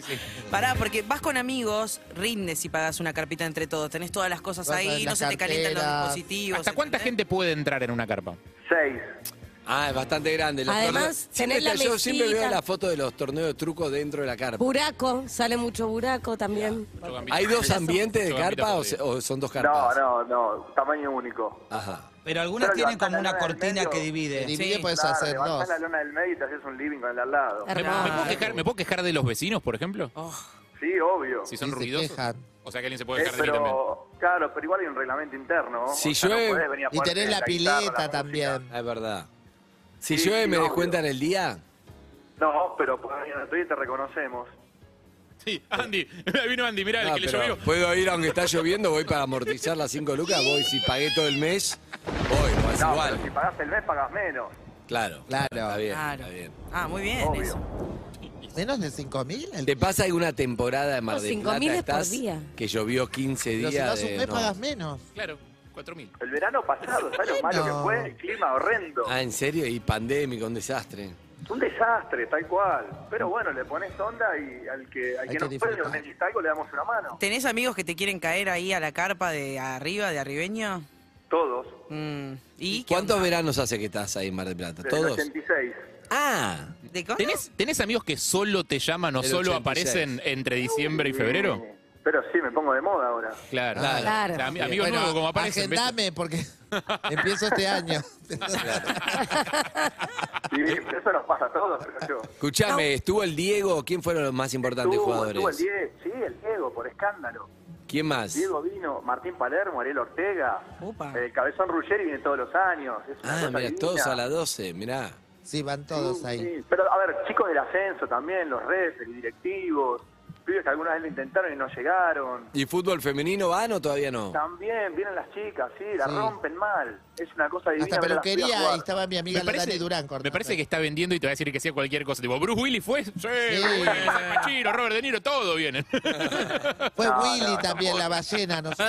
Speaker 6: Pará, porque vas con amigos, rindes y pagas una carpita entre todos. Tenés todas las cosas
Speaker 4: Vas a
Speaker 6: ahí,
Speaker 4: ver
Speaker 6: no
Speaker 4: las
Speaker 6: se te calientan los
Speaker 4: carteras.
Speaker 6: dispositivos.
Speaker 3: ¿Hasta
Speaker 2: ¿Eh?
Speaker 3: cuánta
Speaker 6: ¿entendés?
Speaker 3: gente puede entrar en una carpa?
Speaker 8: Seis.
Speaker 2: Ah, es bastante grande. Los
Speaker 5: Además,
Speaker 2: torneos-
Speaker 5: tenés la
Speaker 2: siempre- Yo siempre
Speaker 5: mesita.
Speaker 2: veo la foto de los torneos de truco dentro de la carpa.
Speaker 5: Buraco, sale mucho buraco también.
Speaker 2: ¿Hay dos ambientes de
Speaker 3: Mucho gambito
Speaker 2: carpa o,
Speaker 3: por
Speaker 2: se- o son dos
Speaker 8: No,
Speaker 2: carpas?
Speaker 8: no, no, tamaño único.
Speaker 2: Ajá.
Speaker 7: Pero algunas
Speaker 8: Pero
Speaker 7: tienen
Speaker 8: levantá
Speaker 7: como
Speaker 8: la
Speaker 7: una
Speaker 8: lona del
Speaker 7: cortina
Speaker 8: medio.
Speaker 7: que
Speaker 4: Te
Speaker 7: divide.
Speaker 4: divide, pues,
Speaker 6: Sí,
Speaker 4: puedes
Speaker 8: Claro,
Speaker 4: hacer
Speaker 8: levantás
Speaker 4: dos.
Speaker 8: la lona del medio y te haces un living con el de al lado.
Speaker 3: ¿Me,
Speaker 5: Hermoso.
Speaker 3: me puedo quejar, me puedo quejar de los vecinos, por ejemplo?
Speaker 8: Sí, obvio.
Speaker 3: Si son
Speaker 4: Sí, Oh, se
Speaker 3: ruidosos.
Speaker 4: quejan.
Speaker 3: O sea que alguien se puede
Speaker 8: Eh,
Speaker 3: quejar de mí también.
Speaker 8: pero, claro, pero igual hay un reglamento interno.
Speaker 2: Si
Speaker 8: o sea, no
Speaker 2: llueve-
Speaker 8: podés venir a
Speaker 4: Y
Speaker 8: ponerte
Speaker 4: tenés la
Speaker 8: guitarra, la
Speaker 4: pileta
Speaker 8: música.
Speaker 4: también.
Speaker 2: Ah, Es verdad. Si
Speaker 8: Sí,
Speaker 2: llueve,
Speaker 8: sí,
Speaker 2: me
Speaker 8: obvio.
Speaker 2: descuentan el día.
Speaker 8: No, pero podés venir a la tuya y te reconocemos.
Speaker 3: Sí, Andy, vino Andy, mirá,
Speaker 2: No,
Speaker 3: el que le
Speaker 2: pero
Speaker 3: llovió.
Speaker 2: puedo ir aunque está lloviendo, voy para amortizar las 5 lucas, voy si pagué todo el mes, voy, pues
Speaker 8: No,
Speaker 2: igual.
Speaker 8: pero si pagás el mes, pagás menos.
Speaker 2: Claro,
Speaker 4: Claro.
Speaker 2: Está bien,
Speaker 6: Claro.
Speaker 2: está bien.
Speaker 6: Ah, muy bien
Speaker 8: Obvio.
Speaker 6: eso.
Speaker 4: Menos de 5 mil.
Speaker 2: ¿Te pasa alguna temporada de Mar
Speaker 5: No,
Speaker 2: del
Speaker 5: cinco
Speaker 2: Plata
Speaker 5: mil es por
Speaker 2: estás
Speaker 5: día.
Speaker 2: que llovió 15
Speaker 4: Pero
Speaker 2: días?
Speaker 4: si vas un
Speaker 2: de-
Speaker 4: mes
Speaker 2: no.
Speaker 4: pagas menos.
Speaker 3: Claro, 4.000.
Speaker 8: El verano pasado, ¿sabes lo malo que fue? El clima horrendo.
Speaker 2: Ah, ¿en serio? Y pandémico, un desastre.
Speaker 8: Un desastre, tal cual. Pero bueno, le pones onda y al que, al
Speaker 4: Hay
Speaker 8: que nos
Speaker 4: que
Speaker 8: puede o
Speaker 4: disfrutar.
Speaker 8: necesita algo le damos una mano.
Speaker 6: ¿Tenés amigos que te quieren caer ahí a la carpa de arriba, de arribeño?
Speaker 8: Todos.
Speaker 6: Mm, ¿Y qué
Speaker 2: ¿Cuántos
Speaker 6: onda?
Speaker 2: veranos hace que estás ahí en Mar del Plata?
Speaker 8: Desde
Speaker 2: ¿Todos?
Speaker 8: el 86.
Speaker 2: Ah,
Speaker 6: ¿De cuándo?
Speaker 3: ¿Tenés, tenés amigos que solo te llaman o
Speaker 2: El
Speaker 3: solo
Speaker 2: 86.
Speaker 3: aparecen entre diciembre y febrero?
Speaker 8: Eh, Pero sí, me pongo de moda ahora.
Speaker 3: Claro.
Speaker 4: Ah,
Speaker 5: claro.
Speaker 3: Ami- Amigos
Speaker 4: Bueno,
Speaker 3: nuevos como aparecen. ¿ves?
Speaker 4: agendame porque empiezo este año.
Speaker 8: Y eso nos pasa a todos, creo yo.
Speaker 2: escúchame, ¿estuvo el Diego? ¿Quién fueron los más importantes
Speaker 8: Estuvo,
Speaker 2: jugadores?
Speaker 8: estuvo el Diego, sí, el Diego, por escándalo.
Speaker 2: ¿Quién más?
Speaker 8: Diego vino, Martín Palermo, Ariel Ortega,
Speaker 6: Upa.
Speaker 2: Eh,
Speaker 8: el Cabezón Ruggeri viene todos los años. Es una
Speaker 2: Ah,
Speaker 8: cosa
Speaker 2: mira,
Speaker 8: divina.
Speaker 2: todos a las 12, mirá.
Speaker 4: Sí, van todos ahí.
Speaker 8: Sí, Pero a ver, chicos del ascenso también, los refs, directivos, pibes que alguna vez lo intentaron y no llegaron.
Speaker 2: ¿Y fútbol femenino van o todavía no?
Speaker 8: También vienen las chicas, sí, la
Speaker 4: Sí.
Speaker 8: rompen mal. Es una cosa divina.
Speaker 4: Hasta
Speaker 8: ver a las pibas
Speaker 4: peluquería,
Speaker 8: jugar.
Speaker 4: ahí estaba mi amiga
Speaker 3: Me
Speaker 4: la
Speaker 3: parece,
Speaker 4: Dani Durán.
Speaker 3: me
Speaker 4: cortando.
Speaker 3: parece que está vendiendo y te va a decir que sea cualquier cosa. Tipo, Bruce Willis fue. Sí, Bruce Willis, Al Pacino, Robert De Niro, todo vienen.
Speaker 4: Fue
Speaker 8: No,
Speaker 4: Willy
Speaker 8: no,
Speaker 4: también, la ballena. No sé.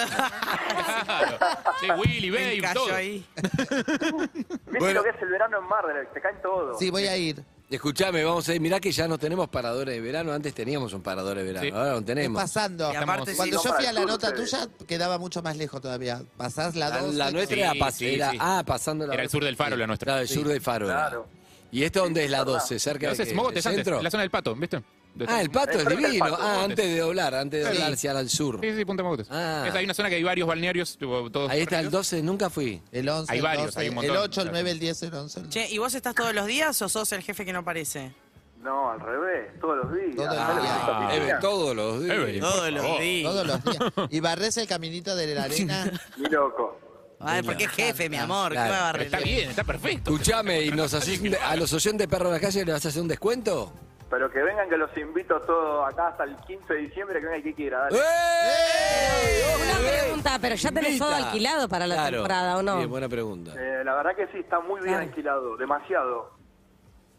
Speaker 3: Sí, Willy,
Speaker 6: Me
Speaker 3: Babe,
Speaker 6: encallo
Speaker 3: todo.
Speaker 6: ahí.
Speaker 8: ¿Viste
Speaker 2: Bueno.
Speaker 8: lo que es el verano en Mar del Te caen todos.
Speaker 4: Sí, voy a ir.
Speaker 2: Escuchame, vamos a ir. Mirá que ya no tenemos paradores de verano. Antes teníamos un parador de verano,
Speaker 3: Sí.
Speaker 2: ahora no
Speaker 4: Es
Speaker 2: tenemos.
Speaker 4: pasando.
Speaker 6: Y aparte,
Speaker 4: Cuando
Speaker 6: sí,
Speaker 4: yo
Speaker 8: no,
Speaker 4: fui
Speaker 8: para
Speaker 4: a la
Speaker 8: el sur
Speaker 4: nota
Speaker 8: ustedes.
Speaker 4: tuya, quedaba mucho más lejos todavía. Pasás la
Speaker 2: La,
Speaker 4: 12.
Speaker 2: la nuestra
Speaker 3: Sí,
Speaker 2: era, pas-
Speaker 3: sí,
Speaker 2: era-
Speaker 3: sí.
Speaker 2: Ah, pasando la.
Speaker 3: Era el sur del faro la nuestra.
Speaker 2: Claro, el sur del faro. era.
Speaker 8: Claro.
Speaker 2: ¿Y esto dónde es la 12? ¿Cerca
Speaker 3: No
Speaker 2: de
Speaker 3: sé,
Speaker 2: qué?
Speaker 3: Mogotes
Speaker 2: ¿Del
Speaker 3: antes,
Speaker 2: centro?
Speaker 3: la zona del pato, ¿viste? De-
Speaker 2: Ah, el pato
Speaker 8: Eh,
Speaker 2: es
Speaker 8: frente al
Speaker 2: divino.
Speaker 8: pato,
Speaker 2: ah,
Speaker 8: Mogotes.
Speaker 2: antes de doblar, antes de
Speaker 4: Sí.
Speaker 2: doblar hacia el sur.
Speaker 3: Sí, sí, Punta Mogotes.
Speaker 2: Ah.
Speaker 3: Es- hay una zona que hay varios balnearios, tipo, todos. Eh,
Speaker 2: Ahí está el
Speaker 3: parecidos.
Speaker 2: 12, nunca fui.
Speaker 4: El 11,
Speaker 3: Hay
Speaker 4: el
Speaker 3: varios,
Speaker 4: 12,
Speaker 3: hay un montón.
Speaker 4: el 8, el
Speaker 3: Claro.
Speaker 4: 9, el 10, el 11. el-
Speaker 6: Che, ¿y vos estás todos los días o sos el jefe que no aparece?
Speaker 8: No, al revés, todos los días.
Speaker 4: Todos los
Speaker 8: ¿Sabes lo que
Speaker 4: días.
Speaker 8: es
Speaker 3: Ah.
Speaker 8: esta
Speaker 2: Eve,
Speaker 8: piscina?
Speaker 2: todos los días.
Speaker 3: Evelyn, por
Speaker 6: Todos los
Speaker 3: favor.
Speaker 6: días.
Speaker 4: Todos los días. Y barres el caminito de la arena.
Speaker 8: Ni loco.
Speaker 6: Ay, porque es jefe, mi amor.
Speaker 2: Ah,
Speaker 6: ¿Qué
Speaker 2: Claro.
Speaker 6: va a
Speaker 3: Pero está
Speaker 6: barrer?
Speaker 3: bien, está perfecto.
Speaker 2: Escuchame, ¿y nos haces un- a los oyentes de Perro de la Calle le vas a hacer un descuento?
Speaker 8: Pero que vengan que los invito todos acá hasta el 15 de diciembre, que venga el que quiera, dale.
Speaker 2: ¡Eh!
Speaker 5: Una
Speaker 2: ¡Eh!
Speaker 5: pregunta, pero ya tenés todo
Speaker 2: Invita.
Speaker 5: alquilado para la
Speaker 2: Claro.
Speaker 5: temporada, ¿o no?
Speaker 2: Sí, buena pregunta.
Speaker 8: Eh, la verdad que sí, está muy bien
Speaker 5: Claro.
Speaker 8: alquilado, demasiado.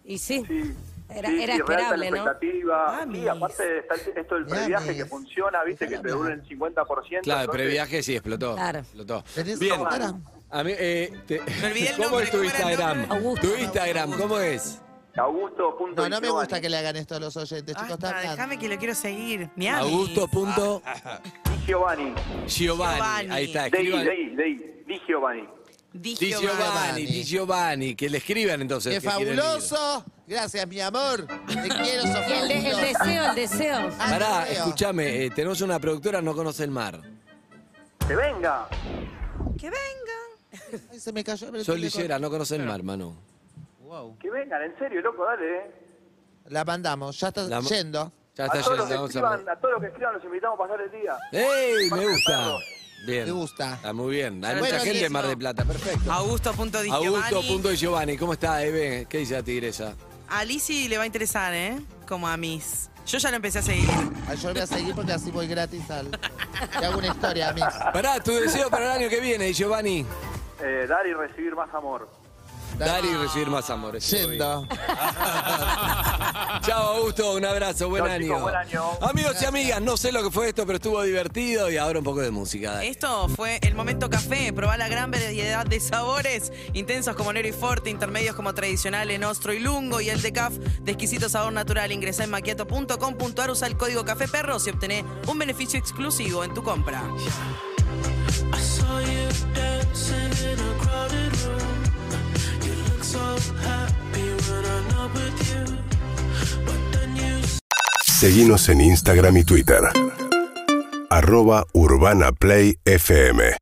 Speaker 5: Y sí,
Speaker 8: Sí.
Speaker 5: era, era
Speaker 8: Sí, sí, realta
Speaker 5: esperable,
Speaker 8: la
Speaker 5: ¿no? Ah,
Speaker 8: expectativa.
Speaker 6: Mamis.
Speaker 8: Sí, aparte está el- esto del previaje
Speaker 4: Mamis.
Speaker 8: que funciona, viste, que
Speaker 4: Déjala
Speaker 8: te dura el
Speaker 4: hablar.
Speaker 8: 50%.
Speaker 2: Claro, el
Speaker 8: entonces-
Speaker 2: previaje sí explotó.
Speaker 5: Claro.
Speaker 2: explotó.
Speaker 4: Tenés
Speaker 2: Bien.
Speaker 4: una cara.
Speaker 2: A mí, eh, te-
Speaker 6: olvidé el
Speaker 2: ¿Cómo
Speaker 6: nombre,
Speaker 2: es tu
Speaker 6: ¿cómo era el
Speaker 2: Instagram?
Speaker 6: nombre?
Speaker 5: Augusto.
Speaker 2: ¿Tu Instagram
Speaker 6: Augusto.
Speaker 2: cómo es?
Speaker 8: Augusto. punto
Speaker 4: No, no me
Speaker 8: Giovanni.
Speaker 4: gusta que le hagan esto a los oyentes, chicos.
Speaker 6: Basta,
Speaker 4: está hablando.
Speaker 6: déjame que lo quiero seguir. Miami.
Speaker 2: Augusto punto
Speaker 8: Giovanni.
Speaker 2: Giovanni.
Speaker 6: Giovanni.
Speaker 2: Ahí está,
Speaker 8: De ahí,
Speaker 2: escriban.
Speaker 8: de ahí, de ahí. Di Giovanni.
Speaker 6: Di
Speaker 2: Di
Speaker 6: Giovanni.
Speaker 2: Giovanni, Di Giovanni, que le escriban entonces.
Speaker 4: ¡Qué
Speaker 2: que quieren ir.
Speaker 4: fabuloso! Gracias, mi amor. Te quiero,
Speaker 5: Y
Speaker 4: Sofía.
Speaker 5: el, de- el
Speaker 4: Augusto.
Speaker 5: deseo, el deseo.
Speaker 4: Ah,
Speaker 2: Pará,
Speaker 4: no veo.
Speaker 2: escúchame, eh, tenemos una productora, no conoce el mar.
Speaker 8: Que venga.
Speaker 6: Que venga.
Speaker 4: Ay, se me cayó el
Speaker 2: Sol
Speaker 4: teléfono.
Speaker 2: Lillera, no conoce el mar, Manu.
Speaker 4: Wow.
Speaker 8: Que vengan, en serio, loco, dale. eh.
Speaker 4: La mandamos, ya está
Speaker 2: La-
Speaker 4: yendo.
Speaker 2: Ya
Speaker 8: A
Speaker 2: está
Speaker 8: todos,
Speaker 2: yendo,
Speaker 8: los que
Speaker 2: vamos
Speaker 8: escriban-
Speaker 2: a
Speaker 8: a todos los que escriban los invitamos a pasar el día.
Speaker 2: ¡Ey! Me gusta. Bien.
Speaker 4: Me gusta.
Speaker 2: Está muy bien. Hay
Speaker 4: Bueno,
Speaker 2: mucha gente en
Speaker 4: Jessy,
Speaker 2: Mar
Speaker 4: no.
Speaker 2: de Plata, perfecto.
Speaker 6: Augusto punto Di
Speaker 2: Augusto
Speaker 6: Giovanni.
Speaker 2: punto Giovanni, ¿cómo está, Eve? ¿Qué dice la tigresa?
Speaker 6: A Lizzy le va a interesar, ¿eh? Como a mis. Yo ya lo empecé a seguir.
Speaker 4: Ay, Yo voy a seguir porque así voy gratis al. Te hago una historia a mí.
Speaker 2: Pará, tu deseo para el año que viene, Giovanni.
Speaker 8: Eh, dar y recibir más amor.
Speaker 4: Ah.
Speaker 2: Dar y recibir más amores.
Speaker 4: Yendo.
Speaker 2: Chao, Augusto. Un abrazo. Buen
Speaker 8: Chao,
Speaker 2: año.
Speaker 8: chicos, buen año.
Speaker 2: Amigos y amigas, no sé lo que fue esto, pero estuvo divertido y ahora un poco de música. dale.
Speaker 6: Esto fue el momento café. Probá la gran variedad de sabores, intensos como Nero y Forte, intermedios como tradicionales Nostro y Lungo y el de CAF de exquisito sabor natural. Ingresá en maquiato.com.ar, usa el código Café Perros y obtené un beneficio exclusivo en tu compra.
Speaker 1: Seguimos en Instagram y Twitter. Arroba Urbana Play FM.